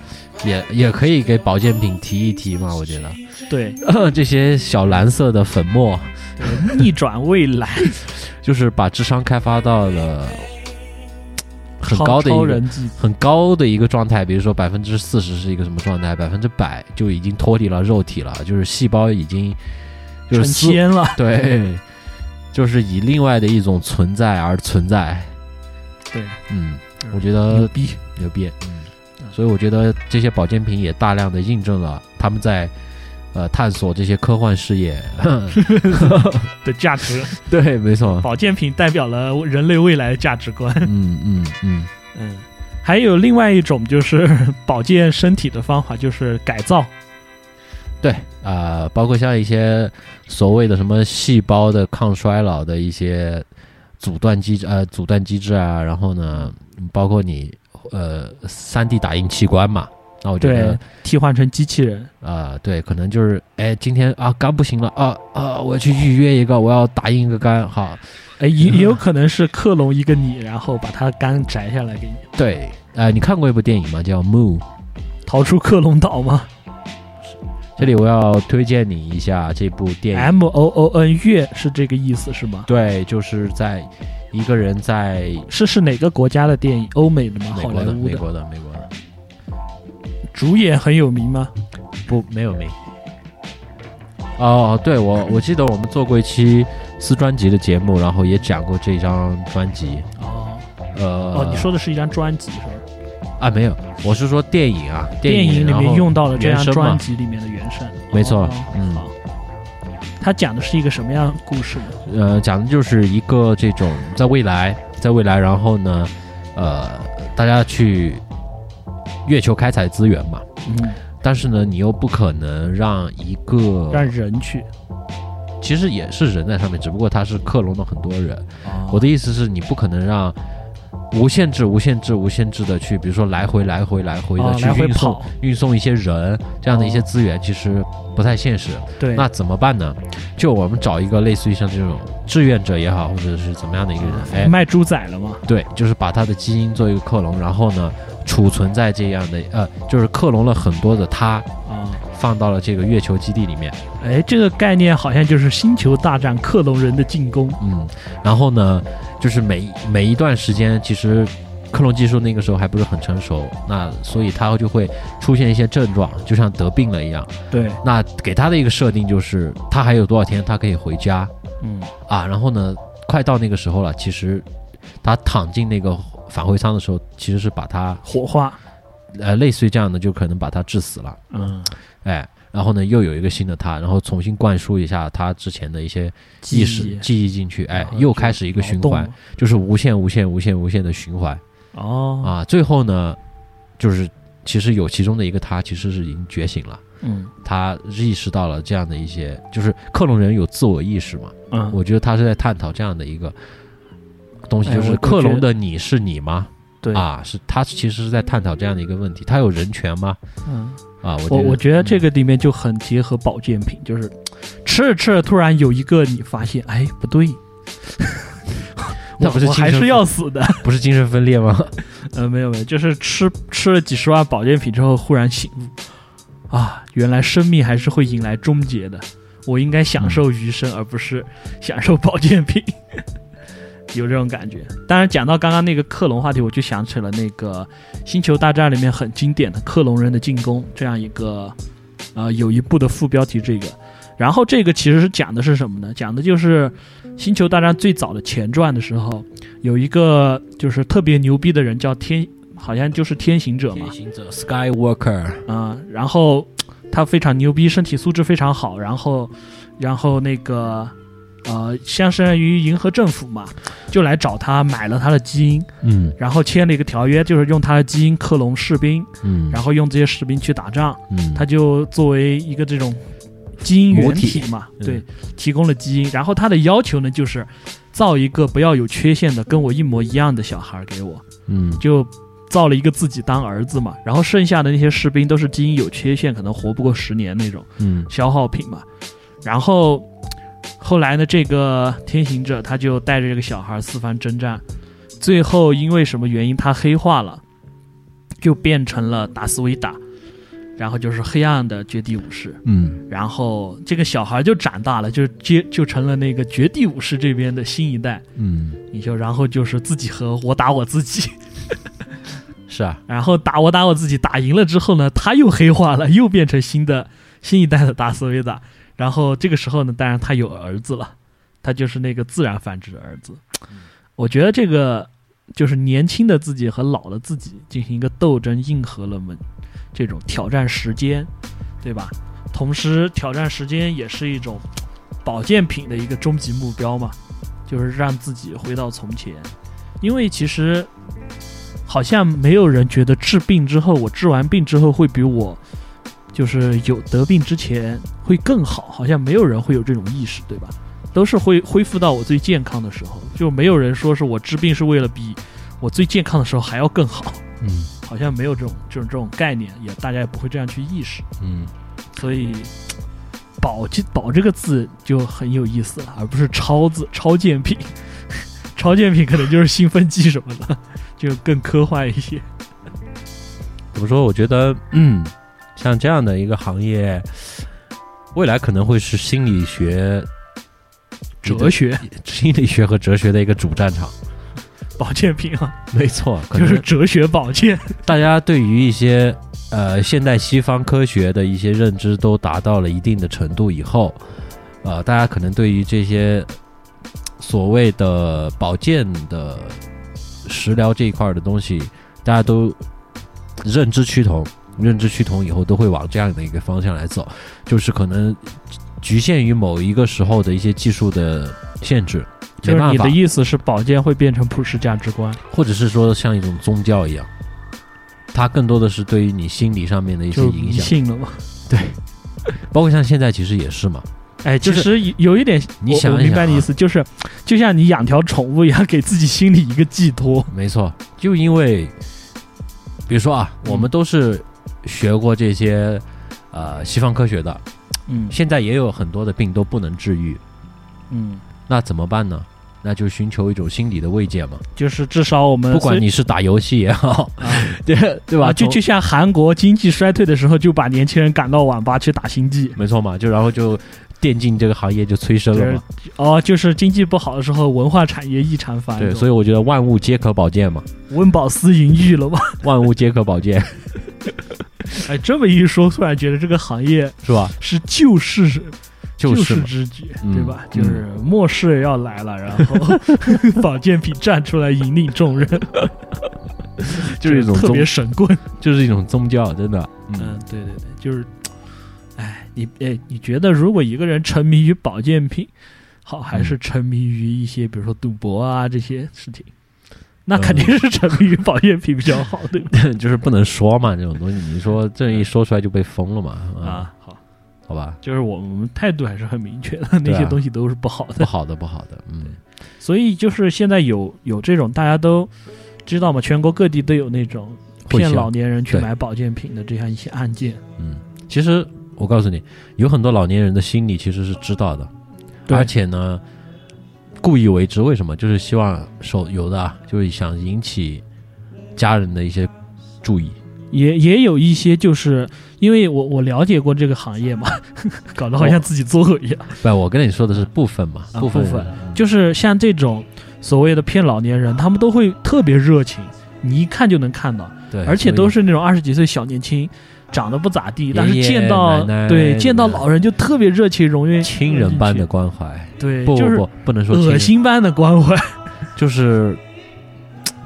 S2: 也也可以给保健品提一提嘛，我觉得、 (clears throat)
S1: 对，
S2: 这些小蓝色的粉末，
S1: 对逆转未来，
S2: 就是把智商开发到了很
S1: 超
S2: 高的一
S1: 超
S2: 个
S1: 人技
S2: 很高的一个状态，比如说百分之四十是一个什么状态，百分之百就已经脱离了肉体了，就是细胞已经就
S1: 成
S2: 是思
S1: 仙了。
S2: 对，就是以另外的一种存在而存在。
S1: 对，
S2: 嗯，
S1: 嗯
S2: 我觉
S1: 牛
S2: 得
S1: 逼，
S2: 牛逼。嗯，所以我觉得这些保健品也大量的印证了他们在呃探索这些科幻事业。
S1: (laughs) 的价值，
S2: 对，
S1: (laughs)
S2: 没错。
S1: 保健品代表了人类未来的价值观。
S2: 嗯嗯嗯，
S1: 嗯，还有另外一种就是 (laughs) 保健身体的方法，就是改造。
S2: 对啊、包括像一些所谓的什么细胞的抗衰老的一些阻断机制呃阻断机制啊，然后呢，包括你呃三 D 打印器官嘛，那我觉得
S1: 对，替换成机器人。
S2: 啊，对，可能就是，哎，今天啊肝不行了啊啊，我去预约一个，我要打印一个肝，好，
S1: 哎，也
S2: 嗯
S1: 也有可能是克隆一个你，然后把它肝摘下来给你。
S2: 对，呃，你看过一部电影吗？叫《Moon》，
S1: 逃出克隆岛
S2: (laughs)
S1: 吗
S2: 这里我要推荐你一下这部电影，
S1: ？M O O N 月是这个意思是吗？
S2: 对，就是在一个人在
S1: 是是哪个国家的电影？欧美的吗？
S2: 美
S1: 好
S2: 国
S1: 莱
S2: 的，
S1: 坞
S2: 美
S1: 的。
S2: 国的，美国的，
S1: 主演很有名吗？
S2: 不，没有没。哦，对，我我记得我们做过一期私专辑的节目，然后也讲过这张专辑。
S1: 哦
S2: 呃，
S1: 哦，你说的是一张专辑是吧？
S2: 啊，没有，我是说电影啊，
S1: 电
S2: 影
S1: 影里
S2: 然
S1: 面
S2: 后
S1: 用到了这
S2: 原
S1: 张
S2: 声嘛
S1: 专辑里面的原声。
S2: 没错
S1: 哦
S2: 嗯
S1: 好它讲的是一个什么样的故事呢？
S2: 呃，讲的就是一个这种在未来，在未来，然后呢，呃，大家去月球开采资源嘛，
S1: 嗯，
S2: 但是呢，你又不可能让一
S1: 让
S2: 个，
S1: 人去。
S2: 其实也是人在上面，只不过他是克隆了很多人。
S1: 的
S2: 我的意思是你不可能让无限制、无限制、无限制的去，比如说来回、来回、来回的
S1: 哦
S2: 去
S1: 来回
S2: 运送、
S1: 跑，哦
S2: 运送一些人这样的一些资源，其实不太现实。
S1: 对，
S2: 那怎么办呢？就我们找一个类似于像这种志愿者也好，或者是怎么样的一个人，哎，
S1: 哦卖猪仔了嘛？
S2: 对，就是把他的基因做一个克隆，然后呢，储存在这样的呃，就是克隆了很多的他，
S1: 啊，
S2: 放到了这个月球基地里面，
S1: 哎，这个概念好像就是《星球大战》克隆人的进攻。
S2: 嗯，然后呢，就是每每一段时间，其实克隆技术那个时候还不是很成熟，那所以他就会出现一些症状，就像得病了一样。
S1: 对，
S2: 那给他的一个设定就是，他还有多少天他可以回家，
S1: 嗯，
S2: 啊，然后呢，快到那个时候了，其实他躺进那个返回舱的时候，其实是把他
S1: 火化，
S2: 呃类似于这样的，就可能把他致死了，
S1: 嗯，
S2: 哎，然后呢又有一个新的他，然后重新灌输一下他之前的一些意识记忆进去，哎
S1: 啊，
S2: 又开始一个循环，。就是无限无限无限无限的循环
S1: 哦，
S2: 啊，最后呢，就是其实有其中的一个他其实是已经觉醒了。
S1: 嗯
S2: 他意识到了这样的一些，就是克隆人有自我意识嘛，
S1: 嗯，
S2: 我觉得他是在探讨这样的一个东西，
S1: 哎
S2: 就
S1: 我
S2: 是
S1: 我
S2: 克
S1: 觉
S2: 隆
S1: 得
S2: 的你是你吗？
S1: 对，
S2: 啊，是他其实是在探讨这样的一个问题，他有人权吗？
S1: 嗯，
S2: 啊，
S1: 我
S2: 我嗯
S1: 我觉得这
S2: 个
S1: 个里面就很结合保健品，就是吃着吃着，突然有一个你发现，哎，不
S2: (laughs)
S1: 对，
S2: 那
S1: 我
S2: 不是
S1: 我
S2: 精
S1: 还
S2: 神
S1: 是
S2: 分
S1: 要死的。
S2: 嗯 (laughs) 不是精神分裂吗？
S1: 呃，没有没有，就是吃吃了几十万保健品之后，忽然醒悟，啊，原来生命还是会迎来终结的，我应该享受余生，而不是 (laughs) 享受保健品， (laughs) 有这种感觉。当然，讲到刚刚那个克隆话题，我就想起了那个《星球大战》里面很经典的克隆人的进攻这样一个，呃，有一部的副标题这个。然后这个其实是讲的是什么呢？讲的就是《星球大战》最早的前传的时候，有一个就是特别牛逼的人叫天，好像就是天行者嘛，
S2: 行者 Skywalker，
S1: 啊、然后他非常牛逼，身体素质非常好，然后，然后那个，呃，相当于迎合政府嘛，就来找他买了他的基因，
S2: 嗯
S1: 然后签了一个条约，就是用他的基因克隆士兵，
S2: 嗯，
S1: 然
S2: 后
S1: 后用这些士兵去打仗，
S2: 嗯，
S1: 他就作为一个这种基因原体嘛，
S2: 母体
S1: 对
S2: 嗯，
S1: 提供了基因，然后他的要求呢就是造一个不要有缺陷的，跟我一模一样的小孩儿给我，
S2: 嗯
S1: 就造了一个自己当儿子嘛，然后剩下的那些士兵都是基因有缺陷，可能活不过十年那种
S2: 嗯
S1: 消耗品嘛。然后后来呢，这个天行者他就带着这个小孩四番征战，最后因为什么原因他黑化了，就变成了达斯维达，然后就是黑暗的绝地武士。
S2: 嗯
S1: 然后这个小孩就长大了，就接就成了那个绝地武士这边的新一代，
S2: 嗯，
S1: 你就然后就是自己和我打我自己。
S2: 是啊，
S1: 然后打我打我自己，打赢了之后呢，他又黑化了，又变成新的 (laughs) 新一代的达斯维达。然后这个时候呢，当然他有儿子了，他就是那个自然繁殖的儿子。我觉得这个就是年轻的自己和老的自己进行一个斗争，硬核了们这种挑战时间，对吧？同时，挑战时间也是一种保健品的一个终极目标嘛，就是让自己回到从前。因为其实好像没有人觉得治病之后，我治完病之后会比我就是有得病之前会更好，好像没有人会有这种意识，对吧？都是会恢复到我最健康的时候，就没有人说是我治病是为了比我最健康的时候还要更好，
S2: 嗯
S1: 好像没有这种这种这种概念，也大家也不会这样去意识，
S2: 嗯
S1: 所以“保”这“保”这个字就很有意思了，而不是“超”字“超健 (laughs) 品”，超健品可能就是兴奋剂什么的，就更科幻一些。
S2: 对么说？我觉得，嗯，像这样的一个行业，未来可能会是心理学、
S1: 哲、学
S2: 心理学和哲学的一个主战场。
S1: 保健品啊，
S2: 没错，可
S1: 就
S2: 能
S1: 是哲学保健。
S2: 大家对于一些呃现代西方科学的一些认知都达到了一定的程度以后，呃，大家可能对于这些所谓的保健的食疗这一块的东西，大家都认知趋同，认知趋同以后都会往这样的一个方向来走，就是可能局限于某一个时候的一些技术的限制，
S1: 就
S2: 没
S1: 是
S2: 办
S1: 你
S2: 法
S1: 的，意思是保健会变成普世价值观，
S2: 或者是说像一种宗教一样，它更多的是对于你心理上面的一些
S1: 就
S2: 影
S1: 迷
S2: 响，
S1: 信了嘛？
S2: 包括像现在其实也是嘛。
S1: 哎，
S2: 就
S1: 其
S2: 是
S1: 实有有一点，
S2: 你
S1: 我
S2: 想
S1: 我
S2: 一
S1: 明
S2: 想
S1: 白你
S2: 啊
S1: 意思，就是就像你养条宠物一样，给自己心里一个寄托。
S2: 没错，就因为，比如说啊，
S1: 嗯
S2: 我们都是学过这些呃西方科学的，
S1: 嗯
S2: 现在也有很多的病都不能治愈，
S1: 嗯，
S2: 那怎么办呢？那就寻求一种心理的慰藉嘛，
S1: 就是至少我们
S2: 不管
S1: 虽
S2: 你是打游戏也好，
S1: 啊
S2: 对 (laughs) 对
S1: 呃
S2: 吧？
S1: 啊，就
S2: 从
S1: 就像韩国经济衰退的时候，就把年轻人赶到网吧去打星际。
S2: 没错嘛，就然后就电竞这个行业就催生了嘛，
S1: 哦，就是经济不好的时候，文化产业异常繁荣，
S2: 对，所
S1: 以
S2: 以我觉得万物皆可保健嘛，
S1: 温饱思淫欲了吧？ (laughs)
S2: 万物皆可保健
S1: 哎，这么一说，突然觉得这个行业
S2: 是吧？
S1: 是救世
S2: 就
S1: 救
S2: 是
S1: 世
S2: 嘛，
S1: 之举，
S2: 嗯
S1: 对吧？就是末世要来了，然后
S2: (laughs)
S1: 保健品站出来引领众人，
S2: 就是一种
S1: 特
S2: 宗
S1: 别，神棍。
S2: 就是一种宗教，真的，
S1: 嗯
S2: 嗯，，
S1: 对对对，就是，哎，你哎，你觉得如果一个人沉迷于保健品，好，还是沉迷于一些比如说赌博啊这些事情？
S2: 嗯
S1: 那肯定是沉迷于保健品比较好，对吧？
S2: (laughs) 就是不能说嘛，这种东西，你说这一说出来就被封了嘛，嗯、
S1: 啊，好，
S2: 好吧，
S1: 就是我们态度还是很明确的，那
S2: 对
S1: 些
S2: 啊
S1: 东西都是不好的
S2: 不。好的，不好的，嗯，
S1: 所以就是现在有有这种大家都知道嘛，全国各地都有那种
S2: 会
S1: 骗
S2: 销
S1: 老年人去
S2: 对
S1: 买保健品的这样一些案件。
S2: 嗯，其实我告诉你，有很多老年人的心理其实是知道的，
S1: 对
S2: 而且呢，故意为之，为什么？就是希望手游的啊，就是想引起家人的一些注意，
S1: 也也有一些就是因为我我了解过这个行业嘛， (laughs) 搞得好像自己作恶一样。
S2: 不，我跟你说的是部分嘛，
S1: 啊
S2: 分人
S1: 部分就是像这种所谓的骗老年人，他们都会特别热情，你一看就能看到，
S2: 对，
S1: 而且
S2: 所以
S1: 都是那种二十几岁小年轻。长得不咋地，但是
S2: 爷爷
S1: 见到
S2: 奶奶
S1: 对
S2: 嗯
S1: 见到老人就特别热情，容易
S2: 亲人般的关怀，
S1: 对，
S2: 不
S1: 就
S2: 不
S1: 是
S2: 不，不能说亲
S1: 恶
S2: 人，
S1: 心般的关怀。
S2: 就是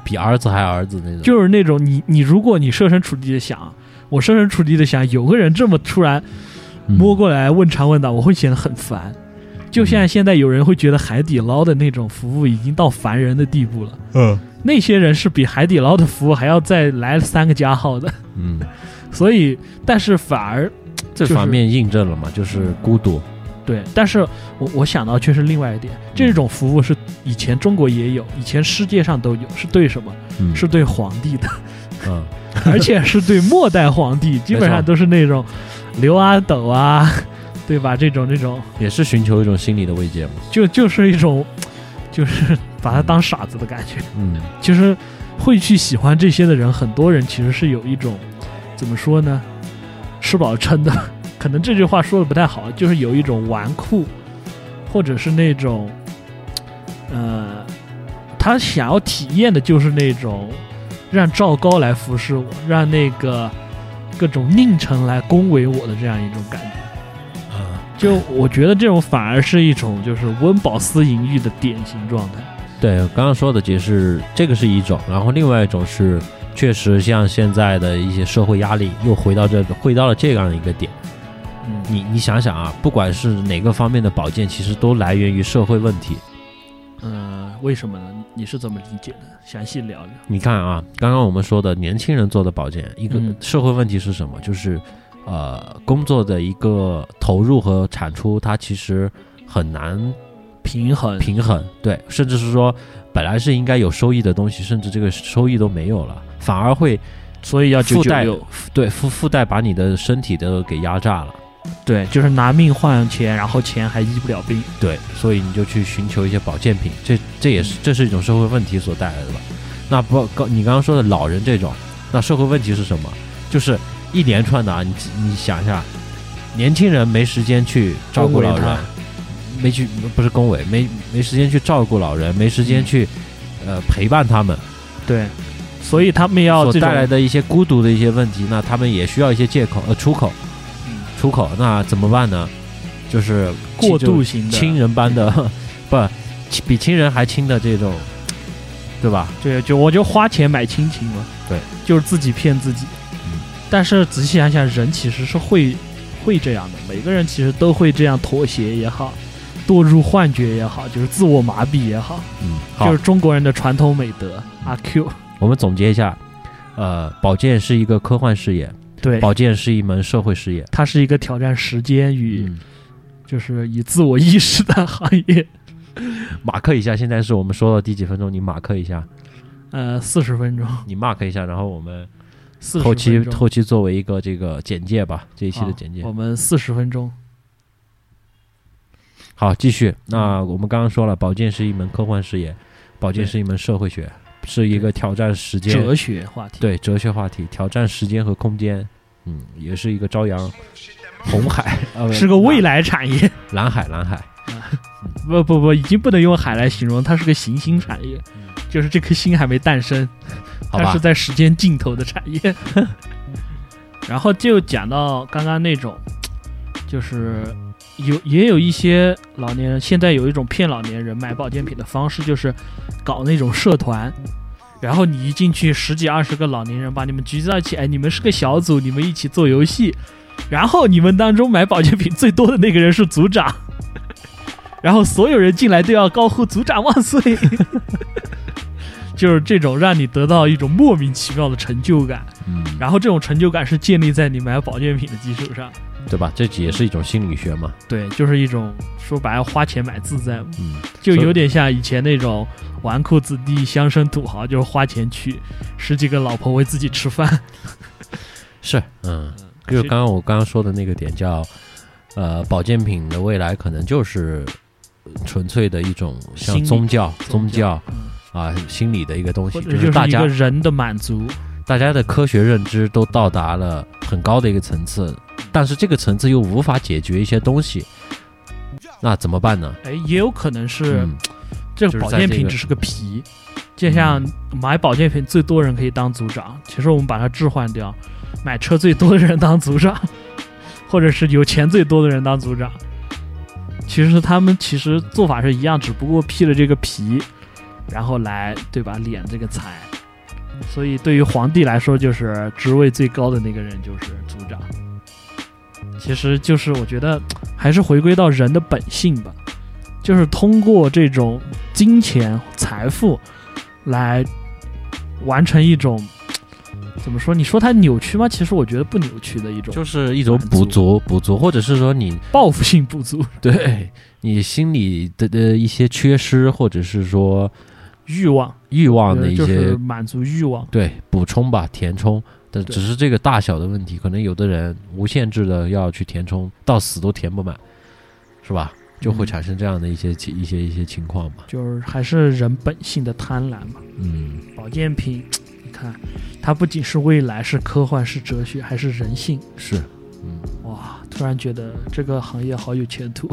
S2: 比儿子还儿子那种，
S1: 就是那种你你如果你设身处地的想，我设身处地的想，有个人这么突然摸
S2: 过。
S1: 过来问长问短，我会显得很烦。就
S2: 嗯
S1: 像现在有人会觉得海底捞的那种服务已经到烦人的地步了，
S2: 嗯
S1: 那些人是比海底捞的服务还要再来三个加号的， (laughs)
S2: 嗯，
S1: 所以但是反而就
S2: 这
S1: 是
S2: 方面印证了嘛，就是孤独，
S1: 对，但是我我想到却是另外一点，这种服务是以前中国也有，以前世界上都有，是对什么？
S2: 嗯
S1: 是对皇帝的。
S2: 嗯，
S1: 而且是对末代皇帝，基本上都是那种刘阿斗啊， (laughs) 对吧？这种这种，
S2: 也是寻求一种心理的慰藉嘛，
S1: 就就是一种，就是把他当傻子的感觉。
S2: 嗯
S1: 其实会去喜欢这些的人，很多人其实是有一种怎么说呢？吃饱了撑的， (laughs) 可能这句话说的不太好，就是有一种纨绔，或者是那种，呃，他想要体验的就是那种让赵高来服侍我，让那个各种佞臣来恭维我的这样一种感觉。
S2: 啊，
S1: 就我觉得这种反而是一种就是温饱思淫欲的典型状态。
S2: 对，刚刚说的也是这个是一种，然后另外一种是确实像现在的一些社会压力又回到这个，回到了这样一个点，
S1: 嗯
S2: 你你想想啊，不管是哪个方面的保健，其实都来源于社会问题。
S1: 嗯，为什么呢？你是怎么理解的？详细聊聊。
S2: 你看啊，刚刚我们说的年轻人做的保健，一个
S1: 嗯
S2: 社会问题是什么？就是呃，工作的一个投入和产出，它其实很难
S1: 平衡，
S2: 平衡，对，甚至是说本来是应该有收益的东西，甚至这个收益都没有了，反而会
S1: 所以要
S2: 附带
S1: 996
S2: 对附附带把你的身体的给压榨了。
S1: 对，就是拿命换钱，然后钱还医不了病。
S2: 对，所以你就去寻求一些保健品，这这也
S1: 嗯
S2: 是这是一种社会问题所带来的吧？那不，刚你刚刚说的老人这种，那社会问题是什么？就是一连串的啊，你你想一下，年轻人没时间去照顾
S1: 恭维
S2: 老人
S1: 他，
S2: 没去不是恭维，没没时间去照顾老人，没时间
S1: 嗯
S2: 去、呃陪伴他们，
S1: 对，所以他们要
S2: 所
S1: 这
S2: 带来
S1: 种
S2: 的一些孤独的一些问题，那他们也需要一些借口呃出口，
S1: 嗯
S2: 出口那怎么办呢？就是
S1: 过
S2: 就
S1: 渡型的
S2: 亲人般
S1: (laughs)
S2: 的，不亲比亲人还亲的这种，对吧？
S1: 对，就我就花钱买亲情嘛。
S2: 对，
S1: 就是自己骗自己。
S2: 嗯
S1: 但是仔细想想，人其实是会会这样的，每个人其实都会这样妥协也好，堕入幻觉也好，就是自我麻痹也好，
S2: 嗯，好，
S1: 就是中国人的传统美德。阿 Q，
S2: 我们总结一下，呃，保健是一个科幻事业，
S1: 对，
S2: 保健是一门社会事业。
S1: 它是一个挑战时间与、
S2: 嗯，
S1: 就是以自我意识的行业。 (laughs)
S2: 马克一下，现在是我们说到第几分钟？你马克一下，
S1: 呃，四十分钟，
S2: 你 mark 一下，然后我们
S1: 四十
S2: 后期
S1: 分钟，
S2: 后期作为一个这个简介吧，这一期
S1: 啊
S2: 的简介。
S1: 我们四十分钟。
S2: 好，继续。那我们刚刚说了，保健是一门科幻事业，保健
S1: 嗯对
S2: 是一门社会学，是一个挑战时间
S1: 哲学话题，
S2: 对哲学话题，挑战时间和空间，嗯，也是一个朝阳红
S1: (laughs)
S2: 海，呃
S1: 啊是个未
S2: 蓝
S1: 来产业。 (laughs)
S2: 蓝海蓝海，
S1: 不不不，已经不能用海来形容，它是个行星产业，
S2: 嗯
S1: 就是这颗星还没诞生，
S2: 好
S1: 它
S2: 吧
S1: 是？在时间尽头的产业。 (laughs) 然后就讲到刚刚那种，就是有也有一些老年人，现在有一种骗老年人买保健品的方式，就是搞那种社团。然后你一进去，十几二十个老年人把你们聚集到一起，哎，你们是个小组，你们一起做游戏， (laughs) 然后你们当中买保健品最多的那个人是组长， (laughs) 然后所有人进来都要高呼“组长万岁”，就是这种让你得到一种莫名其妙的成就感，
S2: 嗯，
S1: 然后这种成就感是建立在你买保健品的基础上，
S2: 对吧？这也是一种心理学嘛，
S1: 对，就是一种说白了花钱买自在嘛，
S2: 嗯，
S1: 就
S2: 所以
S1: 有点像以前那种纨绔子弟、乡绅土豪，就是花钱去十几个老婆喂自己吃饭，
S2: 是，嗯，就是刚刚我刚刚说的那个点叫，呃，保健品的未来可能就是呃纯粹的一种
S1: 心
S2: 像
S1: 理
S2: 宗教、宗教
S1: 嗯
S2: 啊心理的一个东西，
S1: 或者
S2: 就
S1: 就是
S2: 大
S1: 是一
S2: 家
S1: 个人的满足，
S2: 大家的科学认知都到达了很高的一个层次，但是这个层次又无法解决一些东西，那怎么办呢？
S1: 哎，也有可能是。
S2: 嗯
S1: 这
S2: 就
S1: 个
S2: 是
S1: 保
S2: 在
S1: 健
S2: 这
S1: 品
S2: 个嗯
S1: 只是个皮，就像买保健品最多人可以当组长，其实我们把它置换掉，买车最多的人当组长， (laughs) 或者是有钱最多的人当组长。其实他们其实做法是一样，只不过披了这个皮，然后来对吧敛这个财。所以对于皇帝来说，就是职位最高的那个人就是组长。其实就是我觉得还是回归到人的本性吧，就是通过这种金钱、财富来完成一种怎么说？你说它扭曲吗？其实我觉得不扭曲的一种，
S2: 就是一种
S1: 满足
S2: 补足，补足，或者是说你
S1: 报复性不足、
S2: 对你心里的的一些缺失，或者是说
S1: 欲望，
S2: 欲望的一些、
S1: 就是满足欲望。
S2: 对补充吧，填充。但
S1: 对
S2: 只是这个大小的问题，可能有的人无限制的要去填充，到死都填不满，是吧？就
S1: 嗯
S2: 会产生这样的一些、一些一些情况嘛。
S1: 就是还是人本性的贪婪嘛。
S2: 嗯，
S1: 保健品，你看，它不仅是未来，是科幻，是哲学，还是人性。
S2: 是，嗯，
S1: 哇，突然觉得这个行业好有前
S2: (laughs)
S1: 途。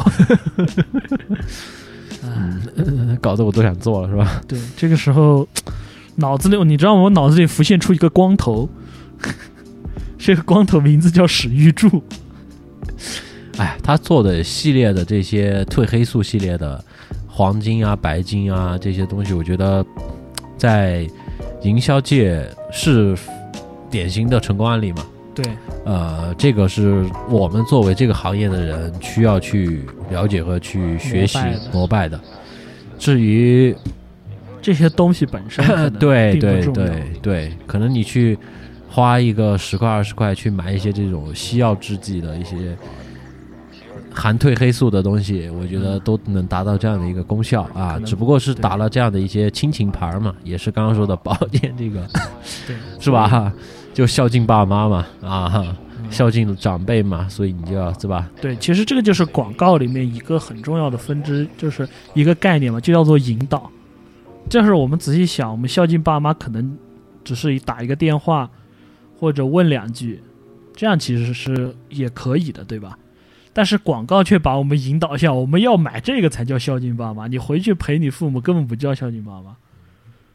S1: 嗯，
S2: 搞得我都想做了，是吧？
S1: 对，这个时候脑子里，你知道吗？我脑子里浮现出一个光
S2: (laughs)
S1: 头，这个光头名字叫史玉柱。
S2: 哎，他做的系列的这些褪黑素系列的黄金啊、白金啊这些东西，我觉得在营销界是典型的成功案例嘛。
S1: 对，
S2: 呃，这个是我们作为这个行业的人需要去了解和去学习
S1: 膜拜的
S2: 膜拜的。至于
S1: 这些东西本身可能
S2: (laughs) 对
S1: 并不
S2: 对
S1: 重要
S2: 对对，可能你去花一个十块二十块去买一些这种西药制剂的一些含褪黑素的东西，我觉得都能达到这样的一个功效啊
S1: 嗯可，能
S2: 只不过是
S1: 对
S2: 打了这样的一些亲情牌儿嘛，也是刚刚说的保健这个
S1: 对
S2: 是吧？就孝敬爸妈嘛啊，
S1: 嗯
S2: 孝敬长辈嘛，所以你就要是吧？
S1: 对，其实这个就是广告里面一个很重要的分支，就是一个概念嘛，就叫做引导。就是我们仔细想，我们孝敬爸妈可能只是打一个电话，或者问两句，这样其实是也可以的，对吧？但是广告却把我们引导向我们要买这个才叫孝敬爸妈，你回去陪你父母根本不叫孝敬爸妈。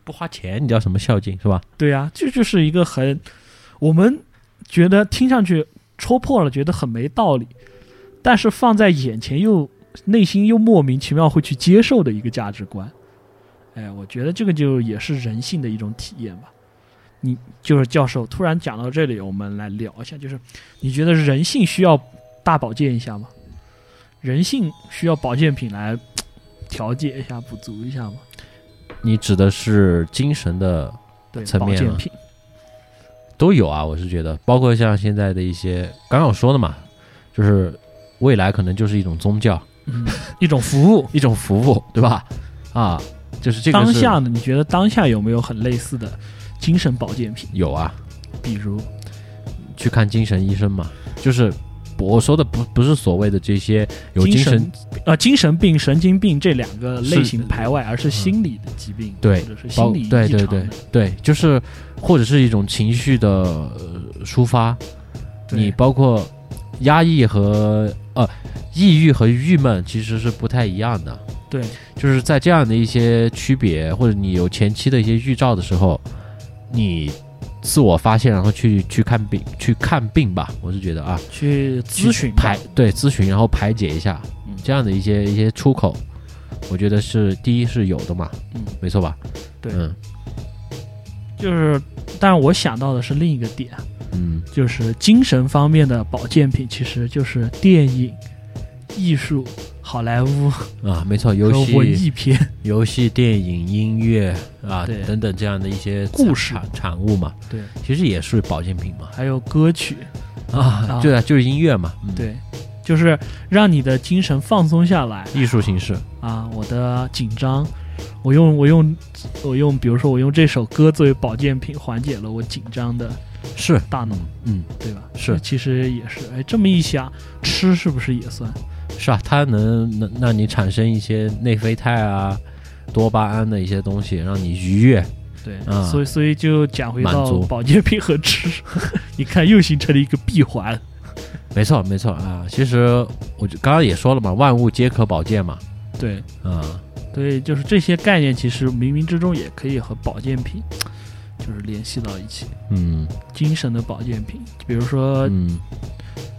S2: 不花钱，你叫什么孝敬是吧？
S1: 对啊，这就是一个很我们觉得听上去戳破了，觉得很没道理，但是放在眼前又内心又莫名其妙会去接受的一个价值观。哎，我觉得这个就也是人性的一种体验吧。你就是教授，突然讲到这里，我们来聊一下，就是你觉得人性需要大保健一下吗？人性需要保健品来调节一下、补足一下吗？
S2: 你指的是精神的
S1: 对，
S2: 层
S1: 保
S2: 面
S1: 健
S2: 了
S1: 品，
S2: 都有啊，我是觉得，包括像现在的一些，刚刚我说的嘛，就是未来可能就是一种宗教，
S1: 嗯，一种服务。
S2: 一种服务，对吧？啊，就是这个
S1: 当
S2: 是
S1: 下呢，你觉得当下有没有很类似的精神保健品？
S2: 有啊，
S1: 比如，
S2: 去看精神医生嘛，就是我说的不不是所谓的这些有
S1: 精
S2: 精神
S1: 呃，精神病、神经病这两个类型
S2: 是嗯
S1: 排外，而是心理的疾病，
S2: 对
S1: 或者是
S2: 包
S1: 心理异常
S2: 对
S1: 的
S2: 对对对，就是或者是一种情绪的呃抒发，
S1: 对
S2: 你包括压抑和呃抑郁和郁闷其实是不太一样的，
S1: 对
S2: 就是在这样的一些区别或者你有前期的一些预兆的时候，你自我发现然后去去看病去看病吧，我是觉得啊，
S1: 去咨询吧
S2: 排对咨询然后排解一下
S1: 嗯
S2: 这样的一些一些出口，我觉得是第一是有的嘛，
S1: 嗯，
S2: 没错吧？
S1: 对
S2: 嗯
S1: 就是，但是我想到的是另一个点，
S2: 嗯。
S1: 就是精神方面的保健品，其实就是电影、艺术、好莱
S2: (laughs)
S1: 坞
S2: 啊，没错，游
S1: 和文
S2: 戏、
S1: 艺片，
S2: 游戏、电影、音乐啊
S1: 对
S2: 等等这样的一些
S1: 故
S2: 产
S1: 事
S2: 产产物嘛，
S1: 对，
S2: 其实也是保健品嘛
S1: 还有歌曲，
S2: 啊，对啊，就是音乐嘛，嗯，
S1: 对，就是让你的精神放松下来，
S2: 艺术形式，
S1: 啊，我的紧张，我用我用我用，比如说我用这首歌作为保健品，缓解了我紧张的
S2: 是，
S1: 大脑，
S2: 嗯，
S1: 对吧？
S2: 是
S1: 其实也是。哎，这么一想，吃是不是也算？
S2: 是啊，它能能让你产生一些内啡肽啊、多巴胺的一些东西，让你愉悦，
S1: 对，
S2: 啊
S1: 所以所以就讲回
S2: 满
S1: 到
S2: 足
S1: 保健品和吃， (laughs) 你看又形成了一个闭环。
S2: 没错没错啊，其实我就刚刚也说了嘛，万物皆可保健嘛，
S1: 对，
S2: 啊，
S1: 所以就是这些概念，其实冥冥之中也可以和保健品就是联系到一起，
S2: 嗯
S1: 精神的保健品，比如说
S2: 嗯，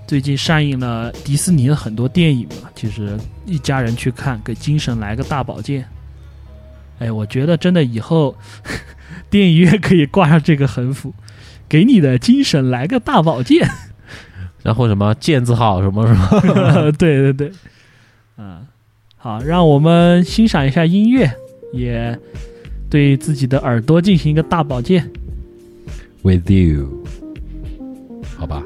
S1: 最近上映了迪士尼的很多电影嘛，其实一家人去看，给精神来个大保健。哎，我觉得真的以后 (laughs) 电影院可以挂上这个横幅，给你的精神来个大保健。 (laughs)
S2: 然后什么健字号什么什么，
S1: 对对对，嗯，好，让我们欣赏一下音乐，也对自己的耳朵进行一个大保健。
S2: With you，好吧。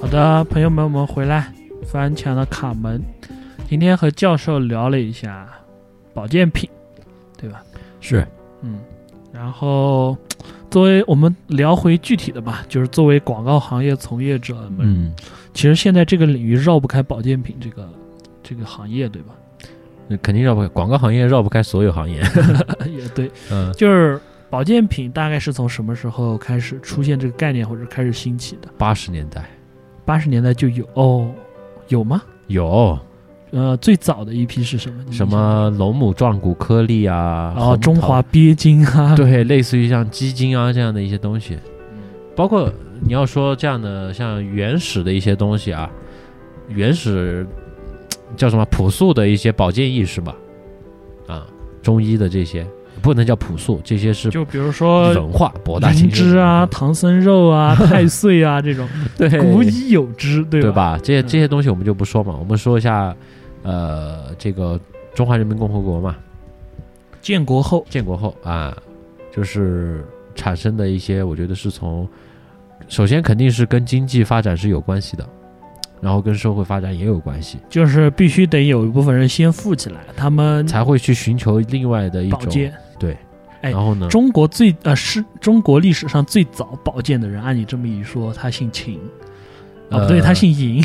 S1: 好的，朋友们，我们回来，翻墙的卡门，今天和教授聊了一下保健品，对吧？
S2: 是，
S1: 嗯，然后作为我们聊回具体的吧，就是作为广告行业从业者们，
S2: 嗯，
S1: 其实现在这个领域绕不开保健品这个这个行业，
S2: (laughs)
S1: 对吧？
S2: 肯定绕不开广告行业，绕不开所有行业。
S1: 也对，
S2: 嗯，
S1: 就是保健品大概是从什么时候开始出现这个概念或者开始兴起的？
S2: 八十年代
S1: 八十年代就有哦，有吗？
S2: 有
S1: 呃，最早的一批是什么？你
S2: 什
S1: 印象中？
S2: 么龙母壮骨颗粒啊，
S1: 然后
S2: 红
S1: 嗯哦中
S2: 桃
S1: 华鳖精啊，
S2: 对，类似于像鸡精啊这样的一些东西，
S1: 嗯
S2: 包括你要说这样的像原始的一些东西啊，原始叫什么朴素的一些保健意识吧，啊，中医的这些不能叫朴素，这些
S1: (laughs)
S2: 是
S1: 就比如说
S2: 文化博大
S1: 灵
S2: 精深
S1: 芝啊、唐僧肉
S2: (laughs)
S1: 啊、太岁啊这种，
S2: 对
S1: 古已有之，对
S2: 对
S1: 吧？
S2: 吧？这些
S1: 嗯
S2: 这些东西我们就不说嘛，我们说一下，呃，这个中华人民共和国嘛，
S1: 建国后，
S2: 建国后啊，就是产生的一些，我觉得是从，首先肯定是跟经济发展是有关系的，然后跟社会发展也有关系，
S1: 就是必须得有一部分人先富起来，他们
S2: 才会去寻求另外的一
S1: 嗯保
S2: 种嗯
S1: 健。
S2: 对。
S1: 哎
S2: 然后呢？
S1: 中国最呃是中国历史上最早保健的人，按你这么一说，他姓秦，哦
S2: 呃
S1: 不对，他姓嬴，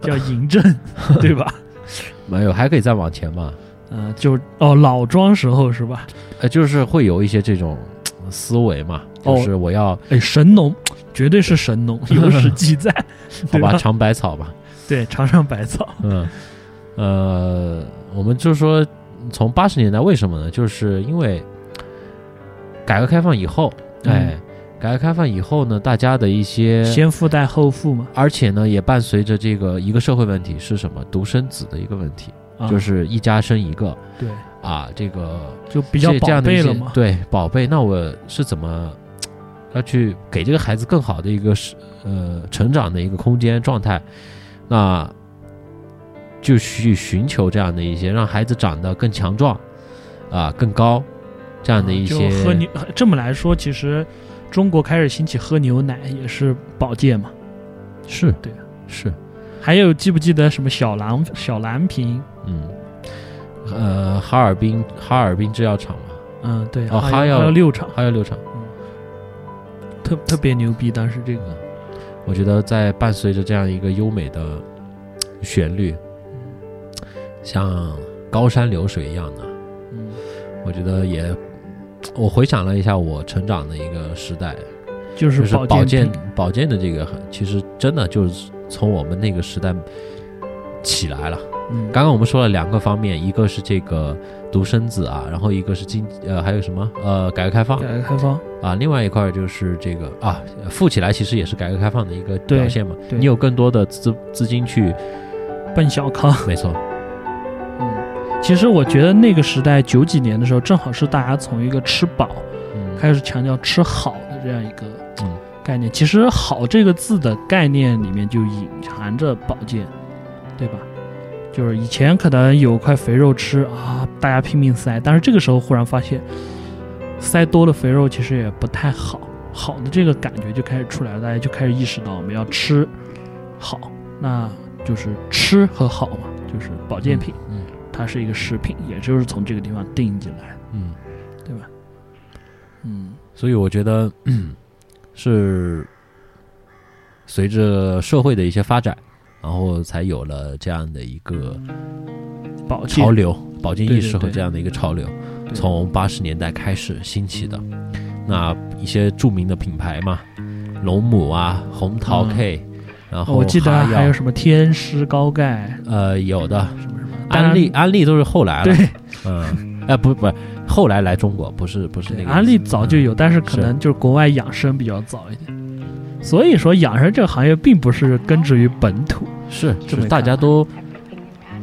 S1: 叫嬴政，
S2: (laughs)
S1: 对吧？
S2: 没有，还可以再往前嘛？
S1: 呃，就哦老庄时候是吧？
S2: 呃，就是会有一些这种呃思维嘛，就
S1: 哦
S2: 是我要、
S1: 哎，神农绝对是神
S2: (laughs)
S1: 农，有史记载，
S2: 好
S1: (laughs) 对
S2: 吧，
S1: 吧？
S2: 尝百草吧。
S1: 对，尝尝百草，
S2: 嗯，呃，我们就说从八十年代为什么呢？就是因为改革开放以后，
S1: 嗯
S2: 哎，改革开放以后呢，大家的一些，
S1: 先富带后富嘛。
S2: 而且呢，也伴随着这个一个社会问题是什么？独生子的一个问题，
S1: 啊、
S2: 就是一家生一个
S1: 对，
S2: 啊，这个
S1: 就比较
S2: 这这
S1: 宝
S2: 样的一
S1: 贝
S2: 些
S1: 了嘛。
S2: 对，宝贝。那我是怎么要去给这个孩子更好的一个是呃成长的一个空间状态？那就去寻求这样的一些让孩子长得更强壮啊、更高这样的一些
S1: 啊就喝牛，这么来说，其实中国开始兴起喝牛奶也是保健嘛。
S2: 是
S1: 对啊
S2: 是
S1: 还有记不记得什么小蓝小蓝瓶？
S2: 嗯呃哈尔滨哈尔滨制药厂嘛，
S1: 嗯，对，
S2: 哦
S1: 还
S2: 还有
S1: 有还有六厂，
S2: 还有六厂。
S1: 特特别牛逼。当时这个
S2: 我觉得在伴随着这样一个优美的呃旋律，像高山流水一样的，
S1: 嗯，
S2: 我觉得也，我回想了一下我成长的一个时代，
S1: 就
S2: 就是是保
S1: 保
S2: 健
S1: 健品
S2: 保健的这个很，其实真的就是从我们那个时代起来了。
S1: 嗯，
S2: 刚刚我们说了两个方面，一个是这个独生子啊，然后一个是经呃还有什么呃改革开放
S1: 改革开放，
S2: 啊，另外一块儿就是这个啊，富起来其实也是改革开放的一个
S1: 对
S2: 表现嘛。
S1: 对
S2: 你有更多的资资金去，
S1: 奔小康。
S2: 没错，
S1: 嗯，其实我觉得那个时代九几年的时候，正好是大家从一个吃饱
S2: 嗯，
S1: 开始强调吃好的这样一个
S2: 嗯
S1: 概念。其实“好”这个字的概念里面就隐含着保健，对吧？就是以前可能有块肥肉吃啊，大家拼命塞，但是这个时候忽然发现，塞多了肥肉其实也不太好，好的这个感觉就开始出来了，大家就开始意识到我们要吃好，那就是吃和好嘛，就是保健品，
S2: 嗯
S1: 它是一个食品，也就是从这个地方定进来的，
S2: 嗯，
S1: 对吧？嗯，
S2: 所以我觉得是随着社会的一些发展，然后才有了这样的一个
S1: 保健
S2: 潮流、保健意识
S1: 对对
S2: 和
S1: 对
S2: 这样的一个潮流，
S1: 对嗯
S2: 从八十年代开始兴起的。那一些著名的品牌嘛，龙母啊、红桃
S1: 嗯
S2: K，、然后
S1: 我记得
S2: 哈药
S1: 还有什么天师高钙，
S2: 呃有的
S1: 什么什么
S2: 安利，安利都是后来了，
S1: 嗯对，
S2: 嗯，哎、不不，后来来中国，不是不是那个意思嗯
S1: 安利早就有，但是可能就是国外养生比较早一点。所以说，养生这个行业并不是根植于本土，
S2: 是
S1: 这
S2: 就
S1: 没看
S2: 是大家都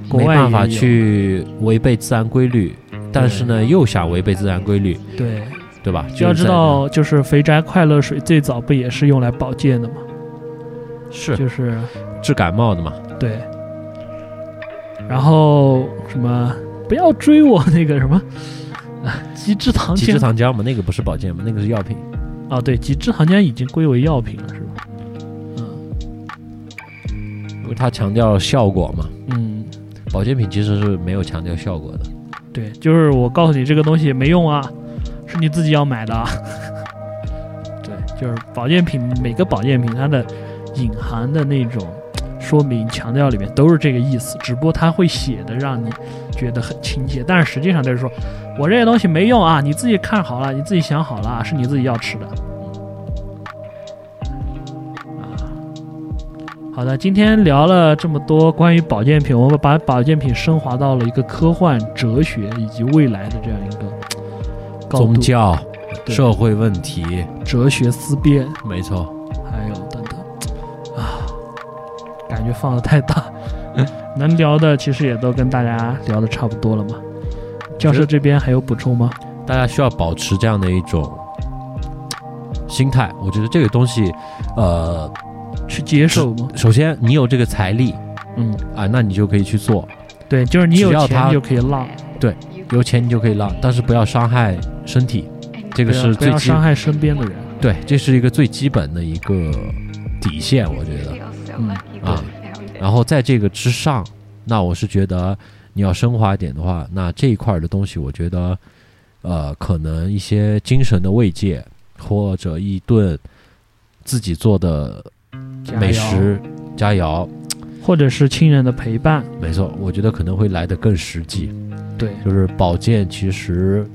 S1: 国
S2: 没
S1: 外
S2: 办法
S1: 也有
S2: 去违背自然规律，但是呢又想违背自然规律，
S1: 对，
S2: 对吧？
S1: 就要
S2: 是
S1: 知
S2: 在
S1: 道，就是肥宅快乐水最早不也是用来保健的吗？
S2: 是
S1: 就是
S2: 治感冒的嘛，
S1: 对。然后什么不要追我那个什么，啊极致糖
S2: 几制
S1: 浆
S2: 糖浆嘛，那个不是保健嘛，那个是药品。
S1: 哦，对，极致糖浆已经归为药品了，是吧？嗯
S2: 因为它强调效果嘛，
S1: 嗯嗯，
S2: 保健品其实是没有强调效果的。
S1: 对，就是我告诉你这个东西没用啊，是你自己要买的啊。对，就是保健品，每个保健品它的隐含的那种说明强调里面都是这个意思，只不过它会写的让你觉得很亲切，但是实际上就是说我这些东西没用啊，你自己看好了，你自己想好了啊，是你自己要吃的。啊，好的，今天聊了这么多关于保健品，我们把保健品升华到了一个科幻、哲学以及未来的这样一个高度
S2: 宗教
S1: 对
S2: 社会问题，
S1: 哲学思辨，
S2: 没错。
S1: 还有等等啊，感觉放的太大，
S2: 嗯
S1: 能聊的其实也都跟大家聊的差不多了嘛。教授这边还有补充吗？
S2: 大家需要保持这样的一种心态。我觉得这个东西，呃，
S1: 去接受吗？
S2: 首先你有这个财力
S1: 嗯，
S2: 啊，那你就可以去做，
S1: 对，就是你有
S2: 只要
S1: 钱
S2: 他
S1: 你就可以浪，
S2: 对，有钱你就可以浪，但是不要伤害身体，这
S1: 不
S2: 个
S1: 要
S2: 是
S1: 啊不
S2: 最
S1: 要
S2: 基
S1: 伤害身边的人。
S2: 对，这是一个最基本的一个底线，我觉得。
S1: 嗯
S2: 啊然后在这个之上，那我是觉得你要升华一点的话，那这一块儿的东西，我觉得，呃，可能一些精神的慰藉，或者一顿自己做的
S1: 加
S2: 美
S1: 油，
S2: 食佳肴，
S1: 或者是亲人的陪伴，
S2: 没错，我觉得可能会来得更实际。
S1: 对
S2: 就是保健，其实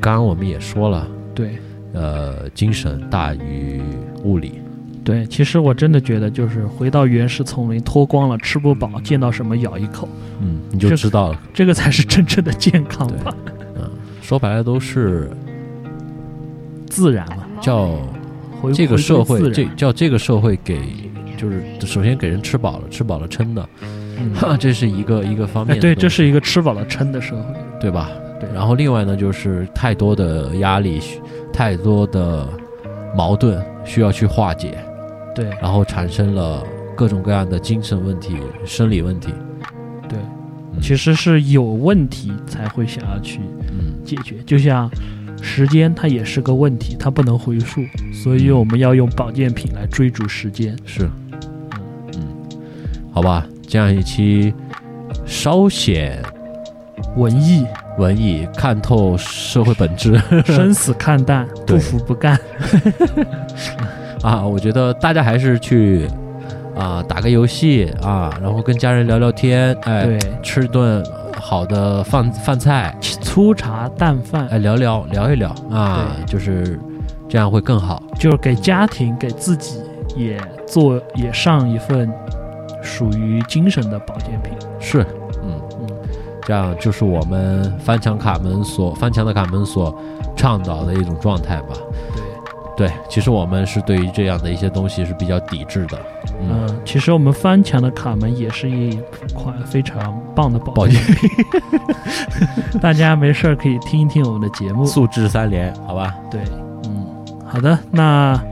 S2: 刚刚我们也说了，
S1: 对
S2: 呃，精神大于物理，
S1: 对。其实我真的觉得，就是回到原始丛林，脱光了吃不饱，见到什么咬一口，
S2: 嗯，你就
S1: 这
S2: 知道了。
S1: 这个才是真正的健康
S2: 对
S1: 吧，
S2: 说白了都是
S1: 自然嘛。
S2: 叫
S1: 回
S2: 这个社
S1: 回
S2: 会，
S1: 归自
S2: 这
S1: 然
S2: 叫这个社会给，就是首先给人吃饱了，吃饱了撑的，
S1: 嗯
S2: 哈，这是一个一个方面
S1: 哎，
S2: 的东
S1: 对，
S2: 西、
S1: 这是一个吃饱了撑的社会，
S2: 对吧？
S1: 对
S2: 然后另外呢，就是太多的压力，需太多的矛盾需要去化解，
S1: 对
S2: 然后产生了各种各样的精神问题、生理问题。
S1: 对，
S2: 嗯
S1: 其实是有问题才会想要去
S2: 嗯，
S1: 解决，就像。时间它也是个问题，它不能回溯，所以我们要用保健品来追逐时间。
S2: 是，嗯，好吧，这样一期稍显
S1: 文 (laughs) 艺，
S2: 文艺，看透社会本质。 (laughs)
S1: 生死看淡，
S2: 对
S1: 不服不干。
S2: 啊，我觉得大家还是去啊打个游戏啊，然后跟家人聊聊天，哎，
S1: 对，
S2: 吃顿好的饭饭菜，
S1: 粗茶淡饭
S2: 哎，聊聊聊一聊啊，就是这样会更好。
S1: 就是给家庭、给自己也做也上一份属于精神的保健品。
S2: 是，嗯嗯，这样就是我们翻墙卡门所翻墙的卡门所倡导的一种状态吧。
S1: 对，
S2: 对，其实我们是对于这样的一些东西是比较抵制的。嗯，
S1: 嗯，其实我们翻墙的卡门也是一款非常棒的保
S2: 抱
S1: 健
S2: 歉，
S1: 品， (laughs) 大家没事儿可以听一听我们的节目。
S2: 素质三连，好吧，
S1: 对，嗯，好的，那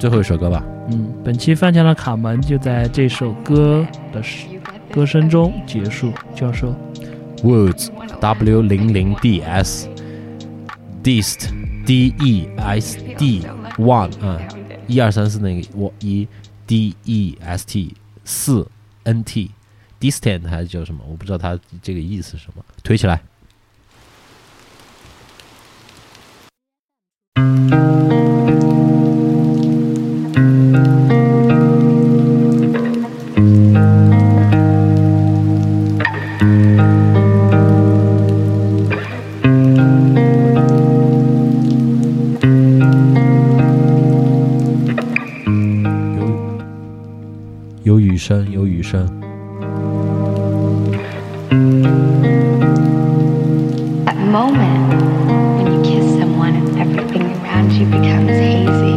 S2: 最后一首歌吧。
S1: 嗯，本期翻墙的卡门就在这首歌的歌声中结束。教授，
S2: Woods W 零零 D S Dist D E S D One
S1: 嗯
S2: 啊，一二三四那个我一 D E S T 四 N T distant 还是叫什么？我不知道它这个意思是什么。推起来。有有雨声，有雨声。
S3: That moment when you kiss someone and everything around you becomes hazy.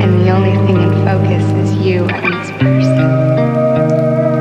S3: And the only thing in focus is you and this person.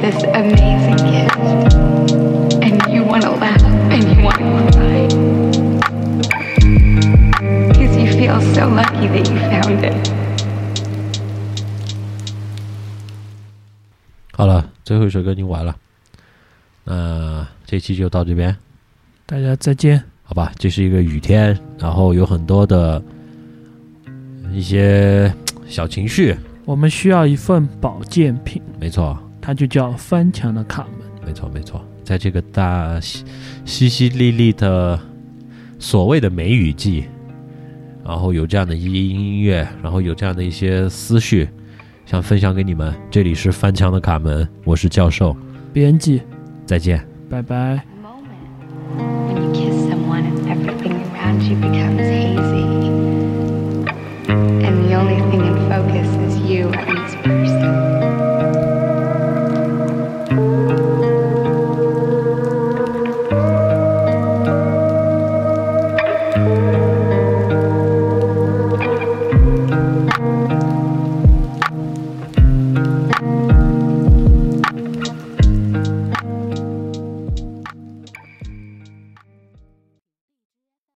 S3: this amazing gift, and you want to laugh and you want to cry. Because you feel so lucky that you found it.
S2: 好了，最后一首歌已经完了，那、这期就到这边，
S1: 大家再见。
S2: 好吧？这是一个雨天，然后有很多的一些小情绪，
S1: 我们需要一份保健品，
S2: 没错，
S1: 它就叫翻墙的卡门。
S2: 没错，没错，在这个大淅淅淅沥沥的所谓的梅雨季，然后有这样的一音乐，然后有这样的一些思绪，想分享给你们。这里是翻墙的卡门，我是教授，
S1: 编辑，
S2: 再见。
S1: 拜拜。